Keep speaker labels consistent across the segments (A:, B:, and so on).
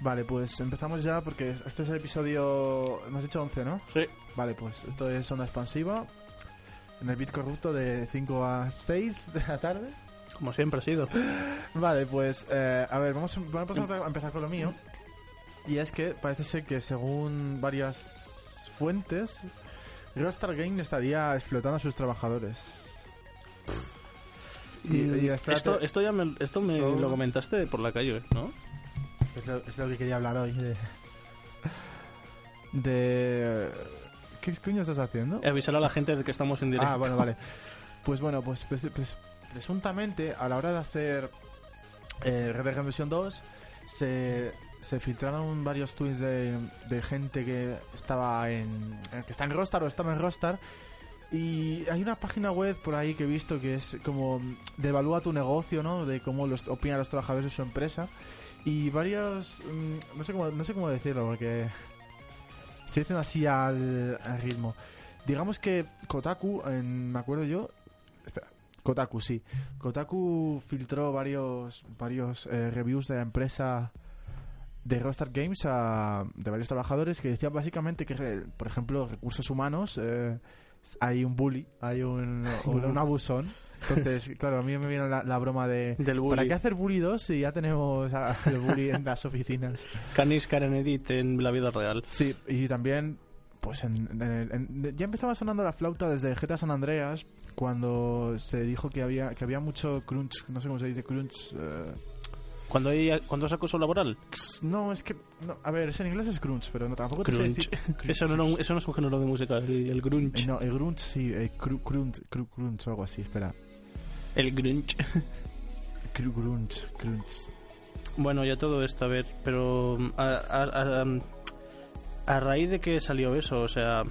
A: Vale, pues empezamos ya porque este es el episodio. Hemos hecho 11, ¿no?
B: Sí.
A: Vale, pues esto es Onda Expansiva. En el bit corrupto de 5 a 6 de la tarde.
B: Como siempre ha sido.
A: Vale, pues eh, a ver, vamos, vamos a empezar con lo mío. Y es que parece ser que según varias fuentes, Rockstar Game estaría explotando a sus trabajadores. Y- y espérate.
B: esto, esto ya me, esto me
A: Son-
B: lo comentaste por la calle, ¿no?
A: Es lo, es lo que quería hablar hoy. De... de- ¿Qué coño estás haciendo?
B: Avisar Eh, a la gente de que estamos en directo.
A: Ah, bueno, vale. Pues bueno, pues, pres- pres- presuntamente a la hora de hacer eh, Red Dead Redemption 2 se, se filtraron varios tweets de, de gente que estaba en eh, que está en Rockstar o estaba en Rockstar y hay una página web por ahí que he visto que es como mm, devalúa tu negocio, ¿no? De cómo los opinan los trabajadores de su empresa y varios mm, no sé cómo no sé cómo decirlo porque estoy diciendo así al- al ritmo. Digamos que Kotaku, en- me acuerdo yo. Espera, Kotaku, sí. Kotaku filtró varios, varios eh, reviews de la empresa de Rockstar Games a, de varios trabajadores que decían básicamente que, re- por ejemplo, recursos humanos. eh, hay un bully, hay un, un, un abusón. Entonces, claro, a mí me viene la, la broma de.
B: Del
A: ¿Para
B: bully.
A: qué hacer bully 2 si ya tenemos a- el bully en las oficinas?
B: Canis Karen Edit en la vida real.
A: Sí, y también, pues en, en el- en- ya empezaba sonando la flauta desde GTA San Andreas cuando se dijo que había que había mucho crunch, no sé cómo se dice crunch. eh,
B: Cuando hay, cuando es acoso laboral,
A: no, es que, no, a ver, es en inglés es crunch, pero no tampoco te sé
B: Crunch.
A: decir-
B: eso no, era un- eso no es un género de música, el, el grunge.
A: Eh, No, el grunge sí, eh, cru- crunch, cru- crunch o algo así, espera.
B: El grunge.
A: Cru- Crunch, crunch.
B: Bueno, ya todo esto, a ver, pero mm, a, a- a- a raíz de que salió eso, o sea,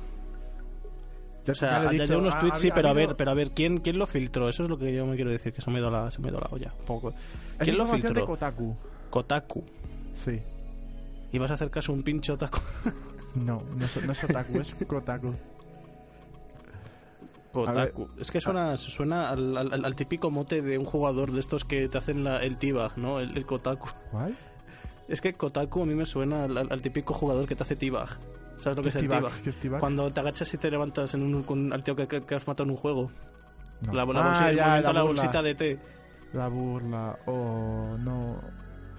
A: Ya-
B: o sea,
A: ya le he
B: ya- ya
A: dicho,
B: unos
A: ha-
B: tweets sí,
A: había-
B: pero
A: ha
B: a ver,
A: habido-
B: pero a ver, ¿quién, quién lo filtró? Eso es lo que yo me quiero decir, que se me ha ido la, se me ha ido la olla un poco.
A: es
B: ¿Quién lo
A: información
B: filtró?
A: de Kotaku.
B: Kotaku.
A: Sí.
B: Y vas a hacer caso a un pincho otaku.
A: No, no es, no es otaku, es Kotaku.
B: Kotaku. Es que suena, suena al, al- al típico mote de un jugador de estos que te hacen la- el T-Bag, ¿no? El, el Kotaku.
A: ¿Cuál?
B: Es que Kotaku a mí me suena al, al- al típico jugador que te hace T-Bag. ¿Sabes lo que es el T-Bag?
A: ¿Qué es T-Bag?
B: Cuando te agachas y te levantas en un, con- al tío que, que- que has matado en un juego.
A: No.
B: La, la
A: Ah,
B: bolsita- el
A: ya,
B: movimiento
A: la
B: de
A: burla.
B: la bolsita de té.
A: La burla, oh, no.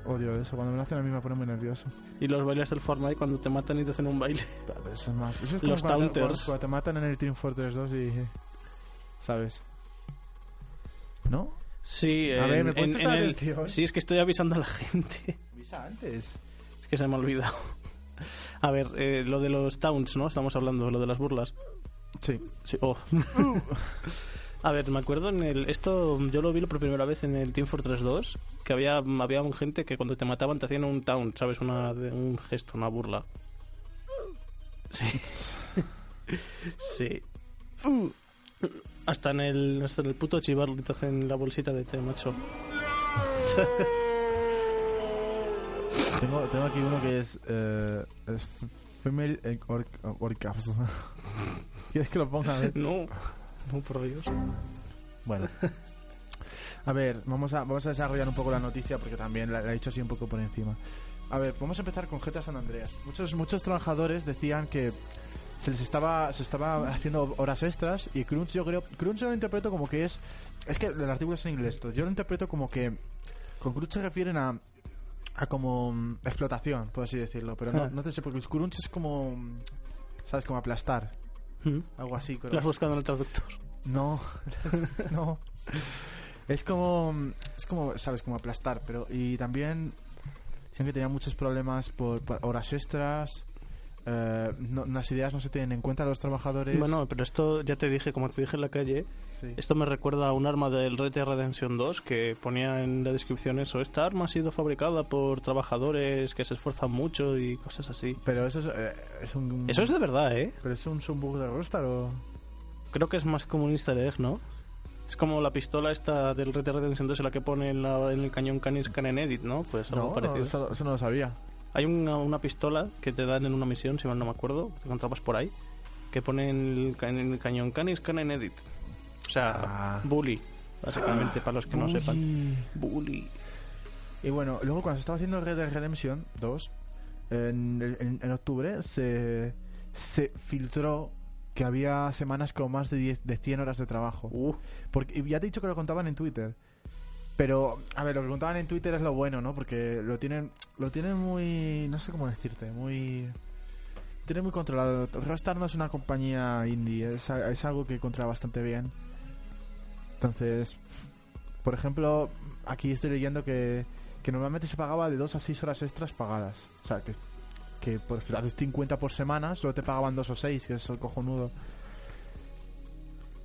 A: Odio eso, cuando me lo hacen a mí me pone muy nervioso.
B: Y los bailes del Fortnite cuando te matan y te hacen un baile.
A: Pero Eso es más. Eso es
B: Los
A: como cuando-
B: taunters.
A: Cuando te matan en el Team Fortress 2 y. ¿Sabes? ¿No?
B: Sí,
A: A
B: en-
A: ver, ¿me puedes
B: en- en
A: prestar
B: el-
A: atención?
B: Sí, es que estoy avisando a la gente.
A: Visa antes.
B: Es que se me ha olvidado. A ver, eh, lo de los towns, ¿no? Estamos hablando, lo de las burlas.
A: Sí.
B: Sí, oh. A ver, me acuerdo en el... Esto yo lo vi por primera vez en el Team Fortress 2, que había, había un gente que cuando te mataban te hacían un town, ¿sabes? Una, de- un gesto, una burla. Sí. sí. Hasta en el, hasta en el puto chivar te hacen la bolsita de té, macho.
A: Tengo, tengo aquí uno que es. Eh, es f- female eh, orc, Orcaps. ¿Quieres que lo ponga? A ver.
B: No, no, por Dios.
A: Bueno. A ver, vamos a, vamos a desarrollar un poco la noticia porque también la, la he hecho así un poco por encima. A ver, vamos a empezar con GTA San Andreas. Muchos, muchos trabajadores decían que se les estaba, se estaba haciendo horas extras y Crunch yo creo... Crunch yo lo interpreto como que es... Es que el artículo es en inglés, entonces yo lo interpreto como que... Con Crunch se refieren a... A como mm, explotación, por así decirlo. Pero no,
B: Ah.
A: no te sé, porque Crunch es como... mm, ¿Sabes? Como aplastar.
B: ¿Mm?
A: Algo así. creo.
B: Lo has buscado en el traductor.
A: No, no. Es como, es como, sabes, como aplastar, pero y también decían que tenía muchos problemas por, por horas extras. eh, no- las ideas no se tienen en cuenta los trabajadores.
B: Bueno, pero esto ya te dije, como te dije en la calle,
A: Sí.
B: esto me recuerda a un arma del Red Dead Redemption 2 que ponía en la descripción eso. Esta arma ha sido fabricada por trabajadores que se esfuerzan mucho y cosas así.
A: pero eso es, eh, es un.
B: Eso es de verdad, ¿eh?
A: Pero es un, es un bug de Rockstar o.
B: Creo que es más como un easter egg, ¿no? Es como la pistola esta del Red Dead Redemption 2 en la que pone en, la- en el cañón Canis Canon Edit, ¿no? Pues algo
A: No, no,
B: parecido.
A: eso, eso no lo sabía.
B: Hay una, una pistola que te dan en una misión, si mal no me acuerdo, que encontrabas por ahí, que pone en el, ca- en el cañón Canis Canon Edit. O sea,
A: Ah.
B: bully, básicamente, para los que no sepan. Bully.
A: Y bueno, luego cuando se estaba haciendo Red Dead Redemption 2, en, en- en octubre se, se filtró que había semanas con más de, 10 de 100 horas de trabajo.
B: Uh,
A: Porque y ya te he dicho que lo contaban en Twitter. Pero, a ver, lo que contaban en Twitter es lo bueno, ¿no? Porque lo tienen, lo tienen muy. No sé cómo decirte, muy. Tienen muy controlado. Rockstar no es una compañía indie, es, a- es algo que controla bastante bien. Entonces, por ejemplo, aquí estoy leyendo que, que normalmente se pagaba de 2 a 6 horas extras pagadas. O sea, que, que por, haces 50 por semana, solo te pagaban 2 o 6, que es el cojonudo.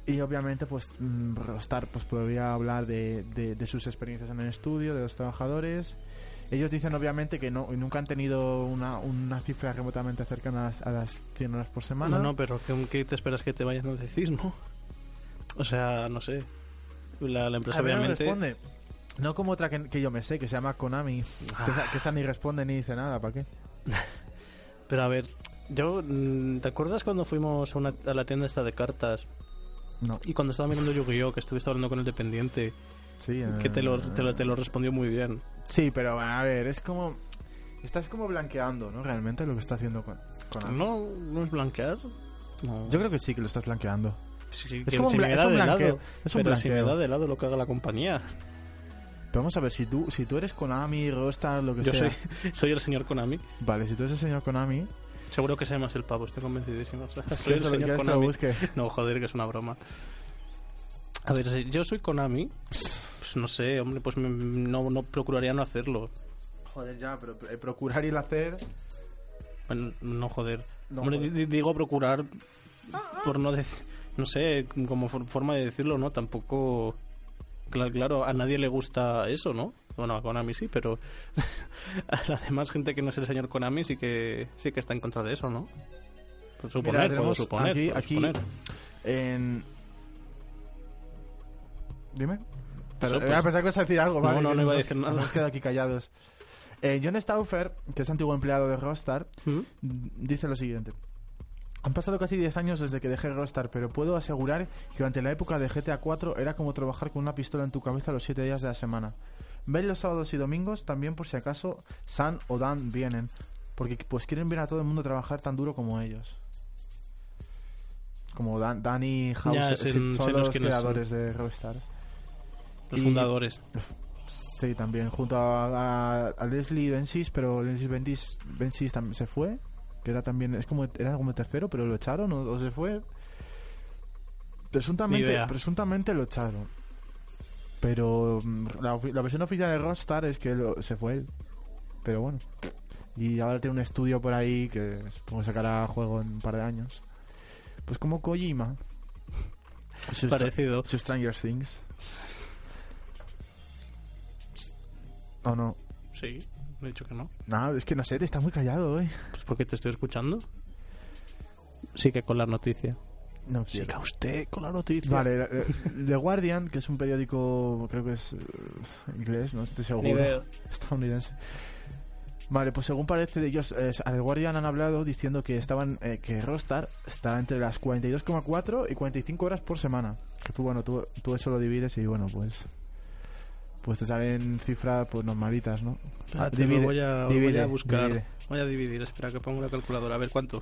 A: Y obviamente, pues, mm, Rockstar pues, podría hablar de, de- de sus experiencias en el estudio, de los trabajadores. Ellos dicen, obviamente, que no nunca han tenido una, una cifra remotamente cercana a las, a las 100 horas por semana.
B: no, no, pero ¿qué, qué te esperas que te vayan a decir, no? O sea, no sé. La, la empresa
A: A ver, no
B: Pues obviamente...
A: responde. No como otra que, que yo me sé, que se llama Konami. Que,
B: Ah.
A: esa, que esa ni responde ni dice nada, ¿para qué?
B: Pero a ver, yo... mm, ¿Te acuerdas cuando fuimos a, una- a la tienda esta de cartas
A: No.
B: y cuando estaba mirando Yu-Gi-Oh! que estuviste hablando con el dependiente
A: Sí, eh,
B: que te lo, te lo, te lo respondió muy bien?
A: Sí, pero a ver, es como... Estás como blanqueando, ¿no? Realmente lo que está haciendo con, Konami.
B: ¿No, no es blanquear? No.
A: Yo creo que sí que lo estás blanqueando.
B: Sí, sí,
A: Es
B: que
A: como
B: si
A: un bla-
B: me
A: es
B: da
A: un
B: de
A: blanqueo,
B: lado,
A: es un
B: pero si me
A: blanqueo.
B: da de lado lo que haga la compañía.
A: Pero vamos a ver, si tú, si tú eres Konami, Rockstar, lo que
B: Yo
A: Pues sea...
B: soy, soy el señor Konami.
A: Vale, si tú eres el señor Konami...
B: Seguro que se más el pavo, estoy convencidísimo. O sea, soy
A: ¿quieres
B: el
A: que lo-
B: señor
A: quieres que lo
B: Konami.
A: busque?
B: No, joder, que es una broma. A ver, si yo soy Konami. Pues no sé, hombre, pues me- no, no procuraría no hacerlo.
A: Joder, ya, pero eh, procurar y el hacer...
B: Bueno, no joder.
A: No,
B: hombre,
A: joder.
B: di- digo procurar por no decir. No sé, como for- forma de decirlo, ¿no? Tampoco. Claro, claro, a nadie le gusta eso, ¿no? Bueno, a Konami sí, pero a la demás gente que no es el señor Konami sí que sí que está en contra de eso, ¿no? Por suponer, puedo
A: tenemos
B: suponer,
A: aquí-
B: puedo
A: aquí-
B: suponer.
A: En... Dime. Pero,
B: Eso, pues.
A: eh, pensaba que ibas a decir algo, vale.
B: no,
A: que
B: no iba a
A: nos-
B: decir nada.
A: Nos hemos quedado aquí callados. Eh, John Stauffer, que es antiguo empleado de Rockstar,
B: ¿Mm?
A: mm, dice lo siguiente. Han pasado casi 10 años desde que dejé Rockstar, pero puedo asegurar que durante la época de GTA 4 era como trabajar con una pistola en tu cabeza los 7 días de la semana. Ven los sábados y domingos también por si acaso San o Dan vienen, porque pues quieren ver a todo el mundo trabajar tan duro como ellos. Como Dan, Dan y House
B: Ya,
A: eh,
B: sin-
A: son
B: sin
A: los
B: los que no son.
A: creadores de Rockstar.
B: Los
A: Y-
B: fundadores.
A: Sí, también, junto a, a- a Leslie Bensis, pero Leslie Bensis, Bensis también se fue, que era también, es como, era como tercero, pero lo echaron o, o se fue.
B: Ni
A: Presuntamente,
B: idea.
A: presuntamente lo echaron. Pero mm, la, ofi- la versión oficial de Rockstar es que lo- se fue él. Pero bueno. Y ahora tiene un estudio por ahí que supongo sacará juego en un par de años. Pues como Kojima. Sus-
B: Parecido.
A: sus Stranger Things. ¿O Oh, no?
B: Sí, he dicho que no.
A: No, es que no sé, te estás muy callado hoy.
B: Pues porque te estoy escuchando. Sí que con la noticia.
A: No
B: Sí
A: quiero.
B: que a usted con la noticia.
A: Vale, eh, The Guardian, que es un periódico, creo que es eh, inglés, no estoy seguro.
B: Ni idea.
A: Estadounidense. Vale, pues según parece, ellos eh, a The Guardian han hablado diciendo que estaban eh, que Rockstar está entre las 42,4 y 45 horas por semana. Que tú, bueno, tú, tú eso lo divides y bueno, pues. Pues te salen cifras pues normalitas, ¿no?
B: Espérate,
A: Ah, Divide,
B: lo voy a, lo
A: divide,
B: voy a buscar.
A: divide.
B: Voy a dividir. Espera, que pongo la calculadora. A ver cuánto.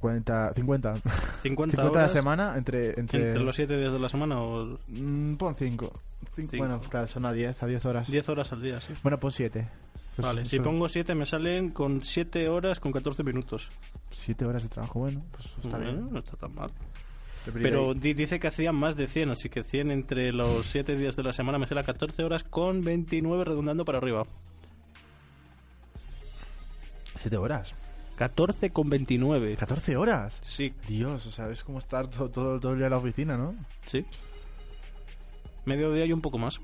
A: 40, 50.
B: 50,
A: 50 a la
B: horas
A: semana entre... entre,
B: entre los 7 días de la semana o
A: Mm, pon 5.
B: Cinco.
A: Bueno, claro, son a 10, a 10 horas.
B: 10 horas al día. Sí.
A: Bueno, pon Pues 7.
B: Vale, si pongo 7 me salen con 7 horas con 14 minutos.
A: 7 horas de trabajo, bueno, pues está
B: Bueno,
A: bien.
B: No está tan mal.
A: Te pediría
B: Pero
A: ahí.
B: di- dice que hacían más de 100, así que 100 entre los 7 días de la semana me sale a 14 horas con 29 redundando para arriba.
A: 7 horas.
B: 14 con 29.
A: 14 horas.
B: Sí,
A: Dios, o sea, es como estar todo, todo, todo el día en la oficina, ¿no?
B: sí. Mediodía y un poco más.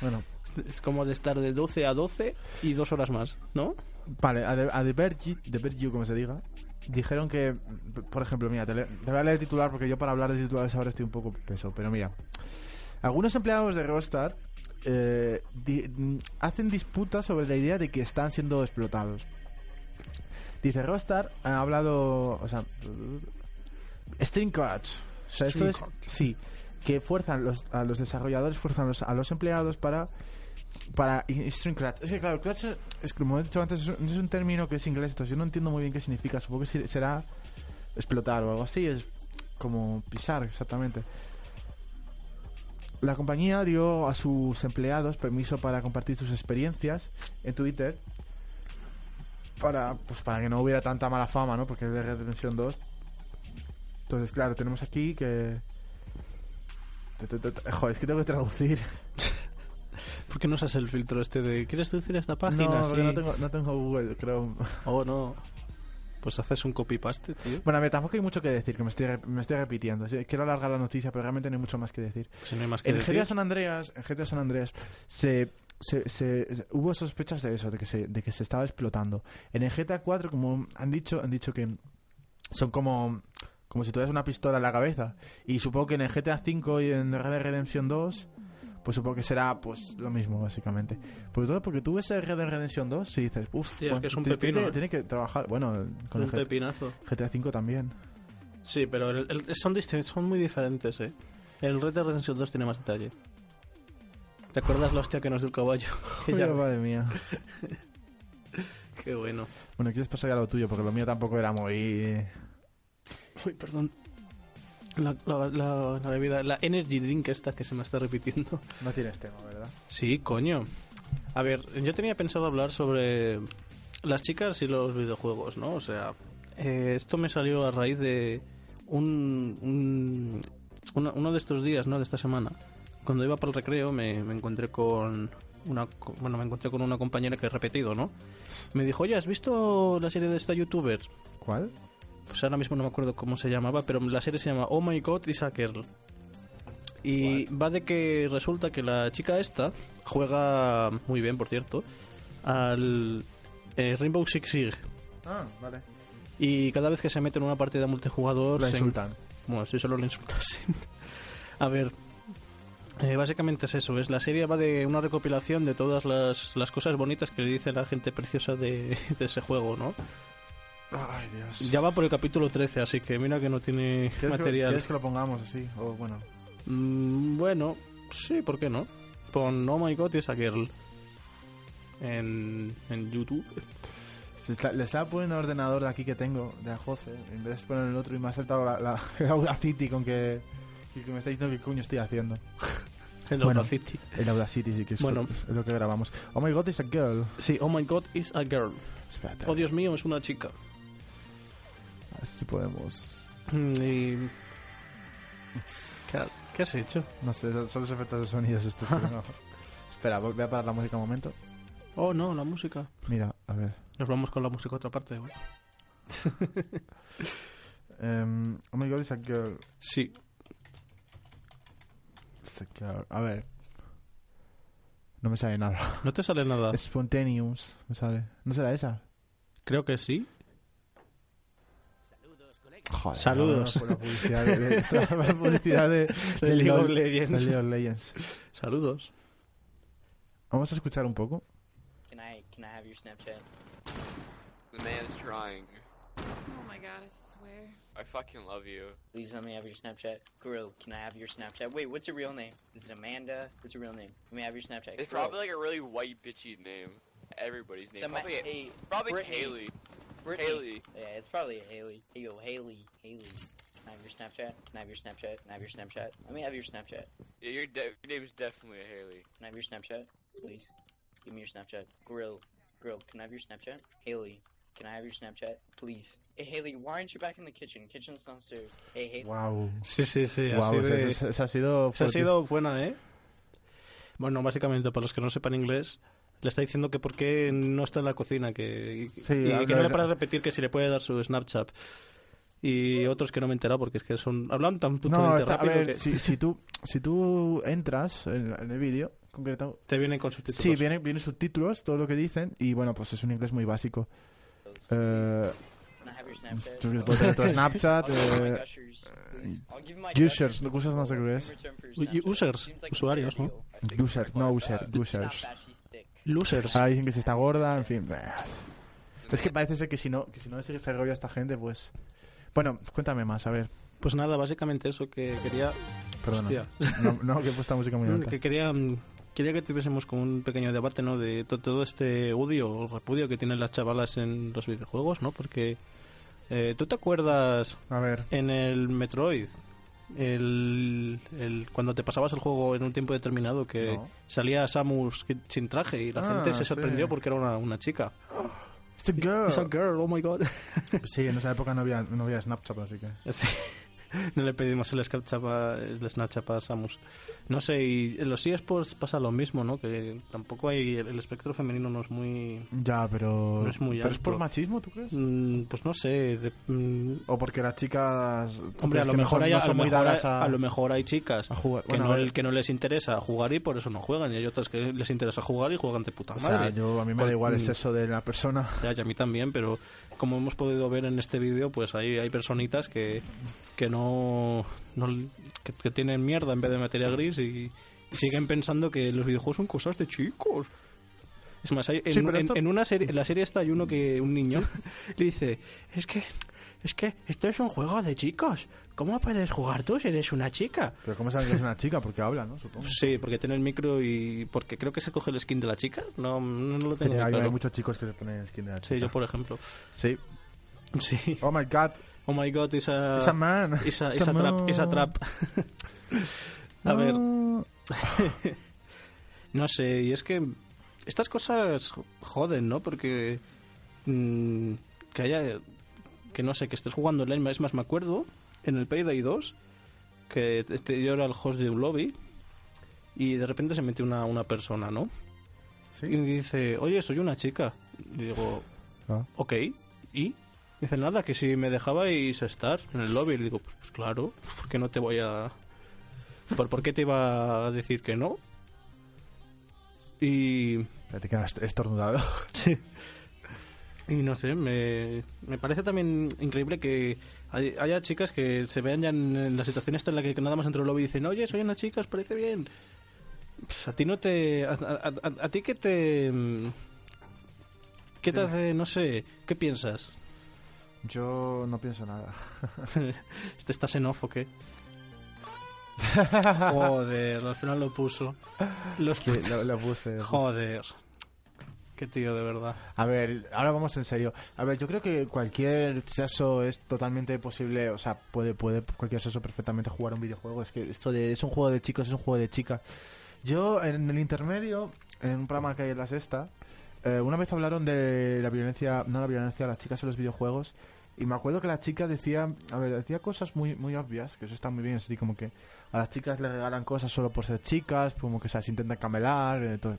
A: Bueno,
B: Es como de estar de 12 a 12 y dos horas más, ¿no?
A: vale, a The, a The Verge, The Verge, como se diga, dijeron que, por ejemplo, mira, te, le- te voy a leer el titular porque yo para hablar de titulares ahora estoy un poco peso, pero mira. Algunos empleados de Rockstar eh, di- mm, hacen disputas sobre la idea de que están siendo explotados. Dice Rockstar ha hablado, o sea, String Cuts. O sea, esto
B: String
A: es sí, que fuerzan los, a los desarrolladores fuerzan los- a los empleados para para Extreme Crash. Es que claro, Crash es, es como he dicho antes, es un, es un término que es inglés, entonces yo no entiendo muy bien qué significa. Supongo que si- será explotar o algo así, es como pisar exactamente. La compañía dio a sus empleados permiso para compartir sus experiencias en Twitter para pues para que no hubiera tanta mala fama, ¿no? Porque es de Red Dead Redemption 2. Entonces, claro, tenemos aquí que te- te- te- Joder, es que tengo que traducir.
B: ¿Por qué no usas el filtro este de ¿Quieres traducir esta página?
A: no, porque
B: Sí.
A: no tengo, no tengo Google Chrome.
B: Oh, no. Pues haces un copy-paste, tío.
A: Bueno, a ver, tampoco hay mucho que decir, que me estoy, re- me estoy repitiendo. Sí, Quiero alargar la noticia, pero realmente no hay mucho más que decir.
B: Pues Si no hay más que
A: En
B: decir.
A: GTA San Andreas, en GTA San Andreas se, se- se- hubo sospechas de eso, de que, se, de que se estaba explotando. En el GTA 4, como han dicho, han dicho que son como, como si tuvieras una pistola en la cabeza. Y supongo que en el GTA 5 y en Red Dead Redemption 2, pues supongo que será pues lo mismo, básicamente. Por todo, porque tú ves el Red Dead Redemption 2 y dices, uff,
B: Sí, es que es un
A: tiene-
B: pepino,
A: tiene-
B: ¿eh?
A: tiene que trabajar, bueno, con el
B: Un
A: GTA,
B: pepinazo.
A: GTA 5 también.
B: Sí, pero el- el- son, distin- son muy diferentes, ¿eh? El Red Dead Redemption 2 tiene más detalle. ¿Te acuerdas la hostia que nos dio el caballo? Que ya-
A: Joder, madre mía.
B: Qué bueno.
A: Bueno, quieres pasar a lo tuyo, porque lo mío tampoco era muy...
B: Uy, perdón. La, la- la- la bebida, la energy drink esta que se me está repitiendo.
A: No tienes tema, ¿verdad?
B: Sí, coño. A ver, yo tenía pensado hablar sobre las chicas y los videojuegos, ¿no? O sea, eh, esto me salió a raíz de un, un- una- uno de estos días, ¿no? De esta semana. Cuando iba por el recreo me, me encontré con una co- bueno, me encontré con una compañera que he repetido, ¿no? Me dijo, "Oye, ¿has visto la serie de esta youtuber?"
A: ¿Cuál?
B: pues ahora mismo no me acuerdo cómo se llamaba, pero la serie se llama Oh My God is a Girl. Y va de que resulta que la chica esta juega muy bien, por cierto, al eh, Rainbow Six Siege.
A: Ah, vale.
B: Y cada vez que se mete en una partida multijugador,
A: La
B: se-
A: insultan.
B: bueno, si solo lo insultasen. A ver, eh, básicamente es eso. Es la serie va de una recopilación de todas las, las cosas bonitas que le dice la gente preciosa de, de ese juego, ¿no?
A: Ay, Dios.
B: Ya va por el capítulo 13, así que mira que no tiene
A: ¿Quieres Que,
B: material.
A: ¿Quieres que lo pongamos así? O bueno.
B: Mm, bueno, sí, ¿por qué no? Pon Oh My God y esa girl en, en YouTube.
A: Se está- le estaba poniendo el ordenador de aquí que tengo, de la Jose, en vez de poner el otro y me ha saltado la, la, el Audacity con que, que- que me está diciendo qué coño estoy haciendo.
B: En
A: Bueno.
B: Audacity.
A: El Audacity sí que es,
B: Bueno.
A: es lo que grabamos. Oh my god, it's a girl.
B: Sí, Oh My God is a girl.
A: Espérate.
B: Oh Dios mío, es una chica.
A: A ver si podemos.
B: Mm, Y... ¿Qué, ha- qué has hecho?
A: No sé, son los efectos de sonidos estos. pero no. Espera, voy voy a parar la música un momento.
B: Oh no, la música.
A: Mira, a ver.
B: Nos vamos con la música a otra parte. ¿no?
A: Em, oh my god, it's a girl.
B: Sí.
A: It's a girl. Este, A ver. No me sale nada.
B: No te sale nada.
A: Spontaneous, me sale. ¿No será esa?
B: Creo que sí.
A: Joder,
B: Saludos.
A: La publicidad de, de- la publicidad de, de
B: League of
A: LOL,
B: Legends.
A: de League of Legends.
B: Saludos.
A: Vamos a escuchar un poco.
C: Can I can I have your Snapchat?
D: The man's trying.
E: Oh my god, I swear.
D: I fucking love you.
C: Please let me have your Snapchat. Guru, can I have your Snapchat? Wait, what's your real name? Is it Amanda? What's your real name? Let me have your Snapchat.
D: It's
C: Guru.
D: probably like a really white bitchy name. Everybody's name.
C: Some-
D: Probably,
C: hey,
D: probably
C: Brittany.
D: Haley.
C: Brittany.
D: Haley.
C: Yeah, it's probably a Haley. Hey yo, Haley, Haley. Can I have your Snapchat? Can I have your Snapchat? Can I have your Snapchat? Let me have your Snapchat.
D: Yeah, your, de- your name is definitely a Haley.
C: Can I have your Snapchat? Please. Give me your Snapchat. Grill. Grill, can I have your Snapchat? Haley, can I have your Snapchat? Please. Hey Haley, why aren't you back in the kitchen? Kitchen's downstairs. Hey Haley.
A: Wow.
B: Sí, sí, sí.
A: Wow,
B: así
A: esa,
B: de-
A: esa- esa ha sido.
B: Se ha
A: fuerte.
B: sido buena, ¿eh? Bueno, básicamente, para los que no sepan inglés, le está diciendo que por qué no está en la cocina, que,
A: Sí,
B: y
A: habla-
B: que no le para de repetir que si le puede dar su Snapchat. Y otros que no me he enterado porque es que son hablan tan putamente
A: No, está- a
B: rápido
A: ver,
B: que
A: si, si tú, si tú entras en, en el vídeo, concreto.
B: te vienen con subtítulos.
A: Sí, viene- vienen subtítulos, todo lo que dicen, y bueno, pues es un inglés muy básico. Eh,
C: Can I have your Snapchat?
A: tú puedes tener tu Snapchat.
C: I'll give you my
A: eh,
C: gushers, please. I'll give you my
A: Users,
C: gushers.
A: no usas no sé qué es.
C: In return for your
B: U-
C: Snapchat.
B: users,
C: Seems like a
B: usuarios,
C: fair
B: ¿no?
C: deal. I think
A: Users, no
C: it's
A: users,
C: not
A: users.
C: bad, she's thick.
B: Losers.
A: Ah, dicen que si está gorda, en fin. Es que parece ser que si no, que si no se se agobia a esta gente, pues. Bueno, cuéntame más, a ver.
B: Pues nada, básicamente eso que quería.
A: Perdona.
B: Hostia.
A: No, no, que he puesto la música muy alta.
B: que quería mm, Quería que tuviésemos como un pequeño debate, ¿no? De to- todo este odio o repudio que tienen las chavalas en los videojuegos, ¿no? Porque eh, tú te acuerdas
A: A ver.
B: en el Metroid, el, el- cuando te pasabas el juego en un tiempo determinado que
A: No.
B: salía Samus que- sin traje y la
A: Ah,
B: gente se
A: sí. Ah.
B: sorprendió porque era una, una chica.
A: It's a girl.
B: It's a girl, oh my god.
A: Sí, en esa época no había, no había Snapchat, así que.
B: Sí. No le pedimos el Snapchat a, el Snapchat a Samus. No sé, y en los eSports pasa lo mismo, ¿no? Que tampoco hay. El, el espectro femenino no es muy.
A: Ya, pero.
B: No es muy
A: ¿Pero es por
B: alto.
A: machismo, tú crees?
B: mm, Pues no sé. de- mm,
A: O porque las chicas. ¿tú
B: hombre,
A: crees
B: a lo,
A: que no
B: mejor
A: son-
B: hay,
A: no
B: a,
A: son
B: lo
A: muy
B: mejor hay,
A: dadas a-
B: a lo mejor hay chicas
A: a jugar?
B: que,
A: Bueno,
B: no,
A: a ver.
B: el- que no les interesa jugar y por eso no juegan. Y hay otras que les interesa jugar y juegan de puta
A: O
B: madre.
A: sea, yo, a mí me da
B: Con-
A: igual es
B: mm,
A: eso de la persona.
B: Ya, y a mí también, pero como hemos podido ver en este vídeo, pues hay, hay personitas que, que no, no- que, que tienen mierda en vez de materia gris y siguen pensando que los videojuegos son cosas de chicos. Es más, hay- en,
A: Sí, pero
B: en-
A: esto-
B: en una serie, en la serie está hay uno que un niño le dice, es que es que esto es un juego de chicos. ¿Cómo puedes jugar tú si eres una chica?
A: Pero ¿cómo saben que es una chica? Porque habla, ¿no? Supongo.
B: Pues Sí, porque tiene el micro y porque creo que se coge el skin de la chica. No, no, no lo
A: Que
B: tengo
A: te-
B: muy
A: hay, hay
B: claro.
A: muchos chicos que se ponen skin de la
B: Sí,
A: chica.
B: yo por ejemplo.
A: Sí.
B: Sí.
A: Oh my god,
B: Oh my god, esa...
A: esa man.
B: Esa,
A: Esa
B: esa trap,
A: man.
B: esa trap. A ver,
A: Ah.
B: no sé, y es que estas cosas joden, ¿no? Porque mm, que haya, que no sé, que estés jugando online, es más, me acuerdo en el Payday 2, que este, yo era el host de un lobby y de repente se metió una, una persona, ¿no?
A: Sí.
B: Y dice, oye, soy una chica. Y digo,
A: Ah.
B: ok, ¿y? Dice, nada, que si me dejabais estar en el lobby. Y le digo, pues claro, porque no te voy a... ¿Por, ¿Por qué te iba a decir que no? Y...
A: Espérate que ahora est- he estornudado.
B: Sí. Y no sé, me, me parece también increíble que hay- haya chicas que se vean ya en, en la situación esta en la que nada más dentro del lobby y dicen, oye, soy una chica, os parece bien. Pues a ti no te... A, a- a- a ti que te... mm, ¿Qué te
A: Dime.
B: hace, no sé, qué piensas?
A: Yo no pienso nada.
B: ¿Este estás en off o qué? Joder, al final lo puso. Lo-
A: Sí, lo, lo puse. lo puse.
B: Joder. Qué tío, de verdad.
A: A ver, ahora vamos en serio. A ver, yo creo que cualquier sexo es totalmente posible, o sea, puede, puede cualquier sexo perfectamente jugar un videojuego. Es que esto de es un juego de chicos, es un juego de chicas. Yo en el intermedio, en un programa que hay en la sexta, eh, una vez hablaron de la violencia, no la violencia, las chicas en los videojuegos. Y me acuerdo que la chica decía, a ver, decía cosas muy, muy obvias, que eso está muy bien, así como que a las chicas les regalan cosas solo por ser chicas, como que se las intentan camelar, eh, todo,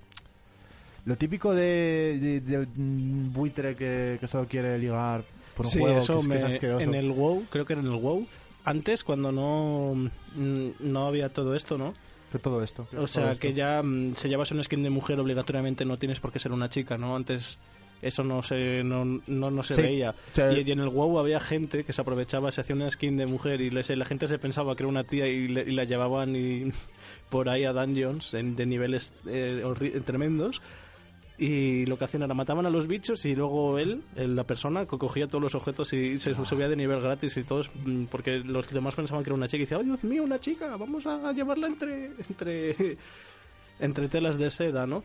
A: lo típico de, de- de un buitre que, que solo quiere ligar por un
B: sí,
A: juego,
B: eso
A: que, es- que
B: me-
A: es asqueroso.
B: en el WoW, creo que era en el WoW. Antes, cuando no, mm, no había todo esto, ¿no?
A: Que todo esto.
B: O
A: es todo
B: sea,
A: esto.
B: que ya mm, si llevas un skin de mujer obligatoriamente no tienes por qué ser una chica, ¿no? Antes eso no se, no, no, no se
A: Sí.
B: veía.
A: O sea,
B: Y, y en el WoW había gente que se aprovechaba, se hacía una skin de mujer y les- la gente se pensaba que era una tía y, le- y la llevaban y, por ahí a dungeons en- de niveles eh, horri- tremendos. Y lo que hacían era mataban a los bichos y luego él, el- la persona, co- cogía todos los objetos y se subía de nivel gratis y todos, mm, porque los demás pensaban que era una chica y decía, ¡ay Dios mío, una chica! Vamos a llevarla entre, entre, entre telas de seda, ¿no?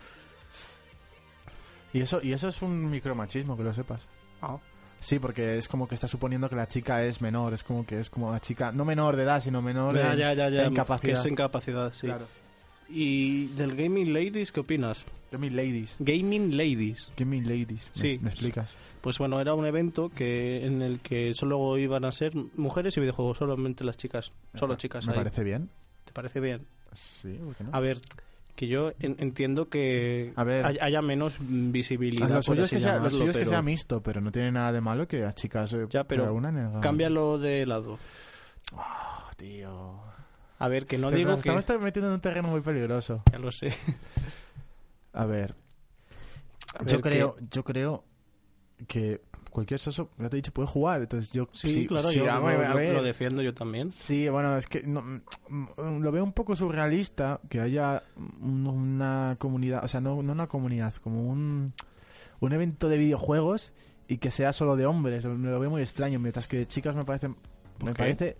A: y eso y eso es un micromachismo, que lo sepas. Sí, porque es como que está suponiendo que la chica es menor, es como que es como la chica, no menor de edad, sino menor
B: Ya,
A: en,
B: ya, ya,
A: en
B: ya,
A: capacidad.
B: Que es incapacidad, sí.
A: Claro.
B: ¿Y del Gaming Ladies qué opinas?
A: Yo mis ladies.
B: Gaming Ladies.
A: Yo mis ladies. ¿Me-
B: Sí.
A: ¿Me, explicas?
B: Pues bueno, era un evento que en el que solo iban a ser mujeres y videojuegos, solamente las chicas, solo chicas.
A: ¿Me
B: ahí.
A: parece bien?
B: ¿Te parece bien?
A: Sí, ¿por qué no?
B: A ver, que yo en- entiendo que
A: A ver.
B: hay- haya menos visibilidad.
A: Ah, lo
B: por
A: suyo es
B: así
A: que sea, lo
B: llamarlo,
A: suyo es que
B: pero
A: sea mixto, pero no tiene nada de malo que las chicas... eh,
B: Ya, pero
A: alguna en el-
B: Cámbialo de lado.
A: Oh, tío.
B: A ver, que no
A: Pero
B: digo
A: nos
B: que...
A: estamos metiendo en un terreno muy peligroso.
B: Ya lo sé.
A: A ver,
B: A
A: yo
B: ver, que-
A: creo, yo creo que cualquier soso, ya te he dicho, puede jugar. Entonces yo
B: Sí, claro,
A: sí,
B: yo,
A: a
B: lo-
A: ver, a
B: lo-
A: ver.
B: lo defiendo yo también.
A: Sí, bueno, es que no, mm, lo veo un poco surrealista que haya un- una comunidad, o sea, no, no una comunidad, como un, un evento de videojuegos y que sea solo de hombres. Me lo veo muy extraño, mientras que chicas me parece, me
B: qué?
A: parece,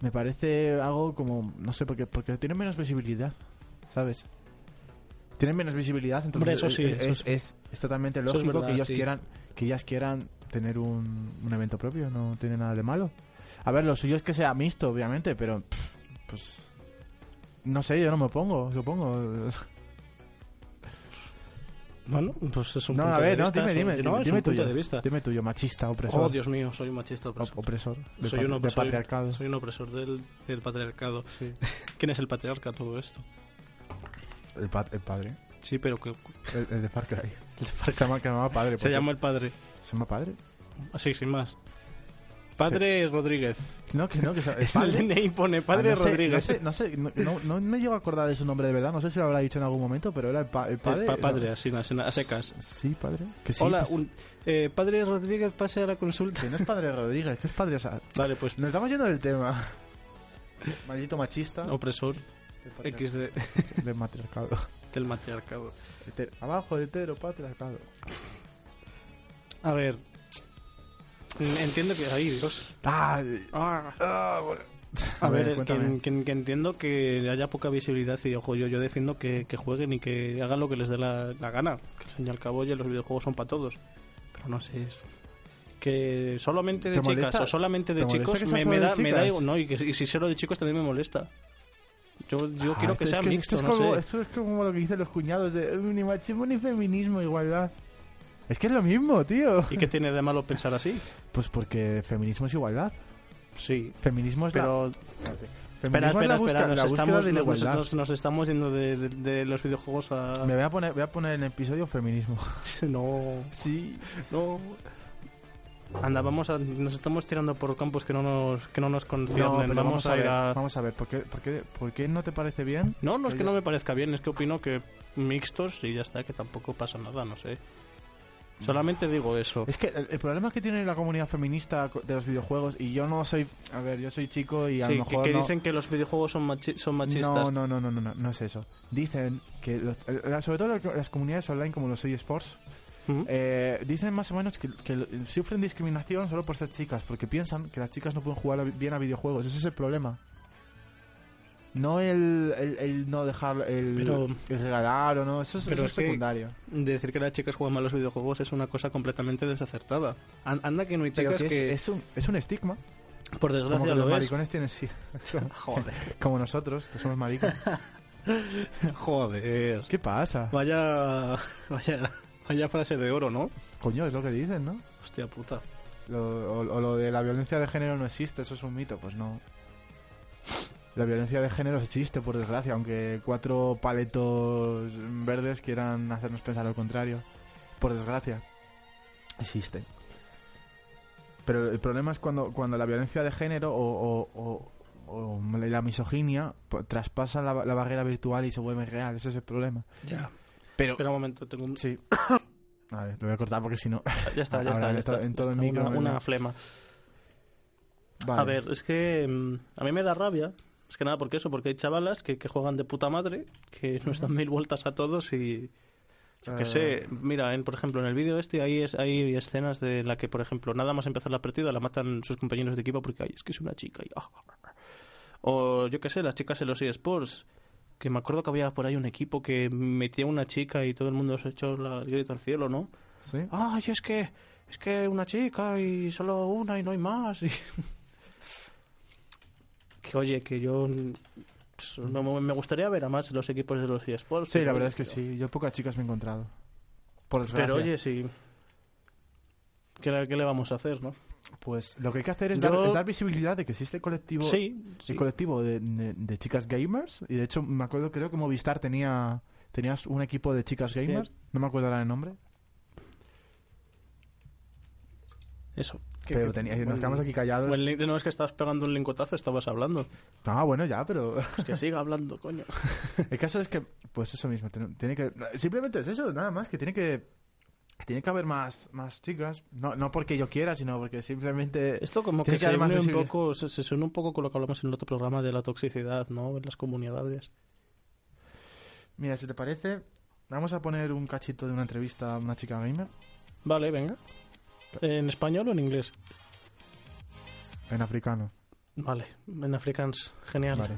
A: me parece algo como, no sé, porque porque tiene menos visibilidad, ¿sabes? Tienen menos visibilidad, entonces
B: Hombre, eso
A: es-
B: sí,
A: es,
B: eso sí.
A: es- es totalmente
B: Eso es
A: lógico que
B: verdad,
A: ellos
B: sí.
A: quieran que ellas quieran tener un, un evento propio, no tiene nada de malo. A ver, lo suyo es que sea mixto, obviamente, pero pff, pues no sé, yo no me opongo, supongo.
B: Bueno, pues es un
A: no,
B: punto
A: a ver,
B: de
A: no,
B: vista.
A: dime,
B: es un-
A: dime,
B: no,
A: dime,
B: es un punto
A: tuyo.
B: de vista.
A: Dime tuyo, machista, opresor.
B: Oh, Dios mío, soy un machista
A: op-
B: opresor.
A: opresor. De,
B: Soy
A: patri-
B: un
A: de
B: opresor.
A: patriarcado.
B: Soy un opresor del, del patriarcado.
A: Sí.
B: ¿Quién es el patriarca a todo esto?
A: El, pa- el padre.
B: Sí, pero que
A: El, el de Far Cry. Se llama, que se llama padre.
B: se
A: porque-
B: llama el padre.
A: ¿Se llama padre?
B: Así, sin más. Padre Rodríguez.
A: No, que no, que se- es
B: El
A: padre.
B: DNI pone
A: Ah,
B: Padre
A: no sé,
B: Rodríguez.
A: No sé, no, sé, no, no- no me llevo a acordar de su nombre de verdad. No sé si lo habrá dicho en algún momento, pero era el, pa- el padre.
B: Eh, pa- padre,
A: era-
B: así, así, a secas.
A: Sí, padre. Que sí,
B: Hola,
A: pues-
B: un- eh, Padre Rodríguez, pase a la consulta.
A: Que no es padre Rodríguez, que es padre. O sea,
B: Vale, pues
A: nos estamos yendo del tema. Maldito machista.
B: opresor
A: de patriar-
B: X de-
A: de matriarcado.
B: del matriarcado.
A: Hetero- abajo, hetero, patriarcado.
B: A ver. Entiendo que. Ay, Dios.
A: Ah,
B: Ah.
A: bueno.
B: A ver,
A: cuéntame.
B: que, que- que entiendo que haya poca visibilidad y ojo, yo, yo defiendo que, que jueguen y que hagan lo que les dé la, la gana. Que al fin y al cabo, oye, los videojuegos son para todos. Pero no sé eso. Que solamente de
A: ¿Te
B: chicas
A: molesta?
B: o solamente
A: ¿Te
B: de
A: molesta
B: chicos
A: que sea
B: me,
A: solo
B: me
A: de
B: da, me da
A: chicas?
B: igual. No, y, que, y si solo de chicos también me molesta. Yo, yo
A: Ah,
B: quiero que
A: esto
B: sea
A: es
B: mixto,
A: esto
B: no
A: es como,
B: sé.
A: Esto es como lo que dicen los cuñados de "Eh, ni machismo ni feminismo, igualdad. Es que es lo mismo, tío.
B: ¿Y qué tiene de malo pensar así?
A: Pues porque feminismo es igualdad.
B: Sí.
A: Feminismo es la...
B: Pero
A: Feminismo
B: espera,
A: es la,
B: espera, espera,
A: busca-
B: nos
A: la búsqueda
B: estamos,
A: de la
B: nos- nos-
A: igualdad.
B: nos- nos estamos yendo de, de- de los videojuegos a...
A: Me voy a poner, voy a poner en el episodio feminismo.
B: No.
A: Sí.
B: No. Anda, vamos a, nos estamos tirando por campos que no nos, que no nos conciernen.
A: No, pero
B: vamos, a ir
A: ver,
B: a...
A: vamos a ver, ¿por qué, por, qué, por qué no te parece bien?
B: No, no es
A: que
B: que
A: yo-
B: no me parezca bien, es que opino que mixtos y ya está, que tampoco pasa nada, no sé. Solamente digo eso.
A: Es que el, el problema que tiene la comunidad feminista co- de los videojuegos, y yo no soy... A ver, yo soy chico y a
B: Sí,
A: lo
B: que-
A: mejor
B: que,
A: no-
B: dicen que los videojuegos son, machi- son
A: No,
B: machistas.
A: no, no, no, no, no, no es eso. Dicen que, los- eh, sobre todo las- las comunidades online como los eSports,
B: ¿Mm?
A: eh, dicen más o menos que, que sufren discriminación solo por ser chicas, porque piensan que las chicas no pueden jugar a- bien a videojuegos. Ese es el problema. No el, el- el no dejar el,
B: Pero-
A: el regalar o no, eso es,
B: pero
A: eso
B: es
A: es
B: que-
A: secundario.
B: Decir que las chicas juegan mal a los videojuegos es una cosa completamente desacertada. An- anda que no hay
A: Pero
B: chicas
A: que
B: que,
A: es, es un, es un estigma. como
B: por
A: que
B: desgracia,
A: los
B: lo es.
A: maricones tienen sí.
B: Joder,
A: como nosotros, que somos maricones.
B: joder.
A: ¿Qué pasa?
B: Vaya, vaya, vaya frase de oro, ¿no?
A: Coño, es lo que dicen, ¿no?
B: Hostia puta.
A: Lo- o, o lo de la violencia de género no existe, eso es un mito, pues no. La violencia de género existe, por desgracia, aunque cuatro paletos verdes quieran hacernos pensar lo contrario. Por desgracia, existe. Pero el problema es cuando, cuando la violencia de género o, o- o- o la misoginia po- traspasan la, la barrera virtual y se vuelve real, ese es el problema.
B: Ya.
A: Pero...
B: Espera un momento, tengo un...
A: Sí. A ver, lo voy a cortar porque si no...
B: Ya está, ya
A: Ahora
B: está.
A: en
B: ya
A: todo-
B: está,
A: en
B: ya
A: todo el
B: está,
A: micro,
B: Una,
A: ¿no?
B: una flema.
A: Vale.
B: A ver, es que mm, a mí me da rabia. Es que nada, porque eso, porque hay chavalas que, que juegan de puta madre, que nos dan mil vueltas a todos y... Yo qué
A: Eh,
B: sé, mira, en, por ejemplo, en el vídeo este hay, es, hay escenas de la que, por ejemplo, nada más empezar la partida la matan sus compañeros de equipo porque, ay, es que es una chica y... ah". O yo qué sé, las chicas en los eSports, que me acuerdo que había por ahí un equipo que metía una chica y todo el mundo se echó la, el grito al cielo, ¿no?
A: ¿Sí?
B: ay, es que es que una chica y solo una y no hay más. y- que oye, que yo pues, me, me gustaría ver a más los equipos de los eSports.
A: Sí, la
B: pero-
A: verdad es que sí. Yo pocas chicas me he encontrado. Por desgracia.
B: Pero oye, sí. ¿Qué, le- qué le vamos a hacer, no?
A: pues lo que hay que hacer es,
B: yo-
A: dar, es dar visibilidad de que existe el colectivo,
B: Sí, sí.
A: el colectivo de, de- de chicas gamers. Y de hecho, me acuerdo, creo que Movistar tenía tenías un equipo de chicas gamers. No me acuerdo ahora el nombre.
B: Eso. Que-
A: Pero
B: que-
A: tenía,
B: buen-
A: nos quedamos aquí callados.
B: buen link- no es que estabas pegando un lingotazo, estabas hablando.
A: Ah, bueno, ya, pero.
B: Pues que siga hablando, coño.
A: El caso es que, pues eso mismo, tiene tiene que... Simplemente es eso, nada más, que tiene que... que Tiene que haber más, más chicas. No, no porque yo quiera, sino porque simplemente...
B: Esto como
A: Tiene que
B: que, se
A: haber más
B: une un
A: visibilidad.
B: poco, se, se suena un poco con lo que hablamos en el otro programa de la toxicidad, ¿no? En las comunidades.
A: Mira, si te parece, vamos a poner un cachito de una entrevista a una chica gamer
B: Vale, venga. ¿En español o en inglés?
A: en africano.
B: Vale, en africans, genial.
A: Vale.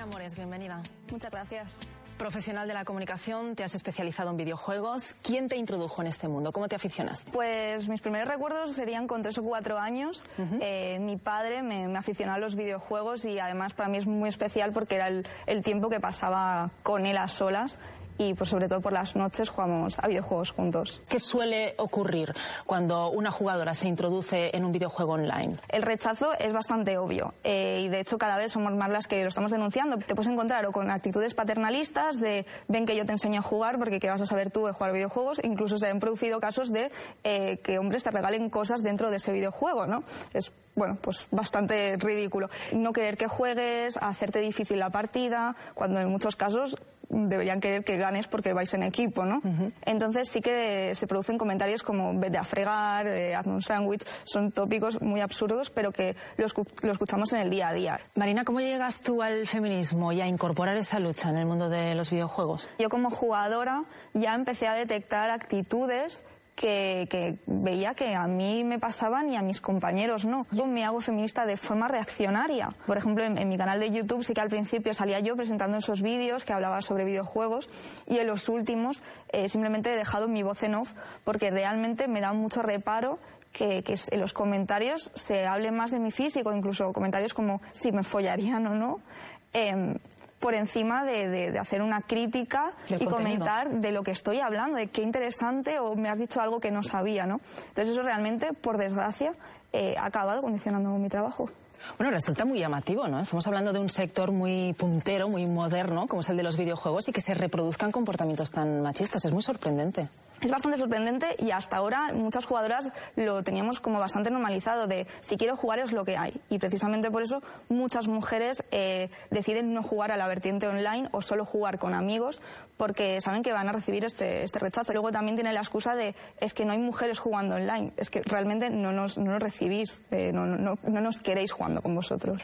F: Amores, bienvenida.
G: Muchas gracias.
F: Profesional de la comunicación, te has especializado en videojuegos. ¿Quién te introdujo en este mundo? ¿Cómo te aficionaste?
G: Pues mis primeros recuerdos serían con tres o cuatro años. Eh, mi padre me, me aficionó a los videojuegos y además para mí es muy especial porque era el, el tiempo que pasaba con él a solas y pues sobre todo por las noches jugamos a videojuegos juntos.
F: ¿Qué suele ocurrir cuando una jugadora se introduce en un videojuego online?
G: El rechazo es bastante obvio eh, y de hecho cada vez somos más las que lo estamos denunciando. Te puedes encontrar o con actitudes paternalistas de ven que yo te enseño a jugar porque qué vas a saber tú de jugar videojuegos. Incluso se han producido casos de eh, que hombres te regalen cosas dentro de ese videojuego, ¿no? Es bueno, pues bastante ridículo. No querer que juegues, hacerte difícil la partida, cuando en muchos casos deberían querer que ganes porque vais en equipo, ¿no? Entonces sí que se producen comentarios como vete a fregar, eh, hazme un sándwich, son tópicos muy absurdos, pero que lo, escu- lo escuchamos en el día a día.
F: Marina, ¿cómo llegas tú al feminismo y a incorporar esa lucha en el mundo de los videojuegos?
G: Yo como jugadora ya empecé a detectar actitudes que, que veía que a mí me pasaban y a mis compañeros no. Yo me hago feminista de forma reaccionaria. Por ejemplo, en, en mi canal de YouTube sí que al principio salía yo presentando esos vídeos que hablaba sobre videojuegos y en los últimos eh, simplemente he dejado mi voz en off porque realmente me da mucho reparo que, que en los comentarios se hable más de mi físico, incluso comentarios como si me follarían o no. em, por encima de, de- de hacer una crítica y
F: Del contenido.
G: comentar de lo que estoy hablando, de qué interesante o me has dicho algo que no sabía, ¿no? Entonces eso realmente, por desgracia, eh, ha acabado condicionando mi trabajo.
F: Bueno, resulta muy llamativo, ¿no? Estamos hablando de un sector muy puntero, muy moderno, como es el de los videojuegos, y que se reproduzcan comportamientos tan machistas. Es muy sorprendente.
G: Es bastante sorprendente y hasta ahora muchas jugadoras lo teníamos como bastante normalizado de si quiero jugar es lo que hay. Y precisamente por eso muchas mujeres eh, deciden no jugar a la vertiente online o solo jugar con amigos porque saben que van a recibir este, este rechazo. Luego también tiene la excusa de es que no hay mujeres jugando online, es que realmente no nos, no nos recibís, eh, no, no- no- no nos queréis jugando con vosotros.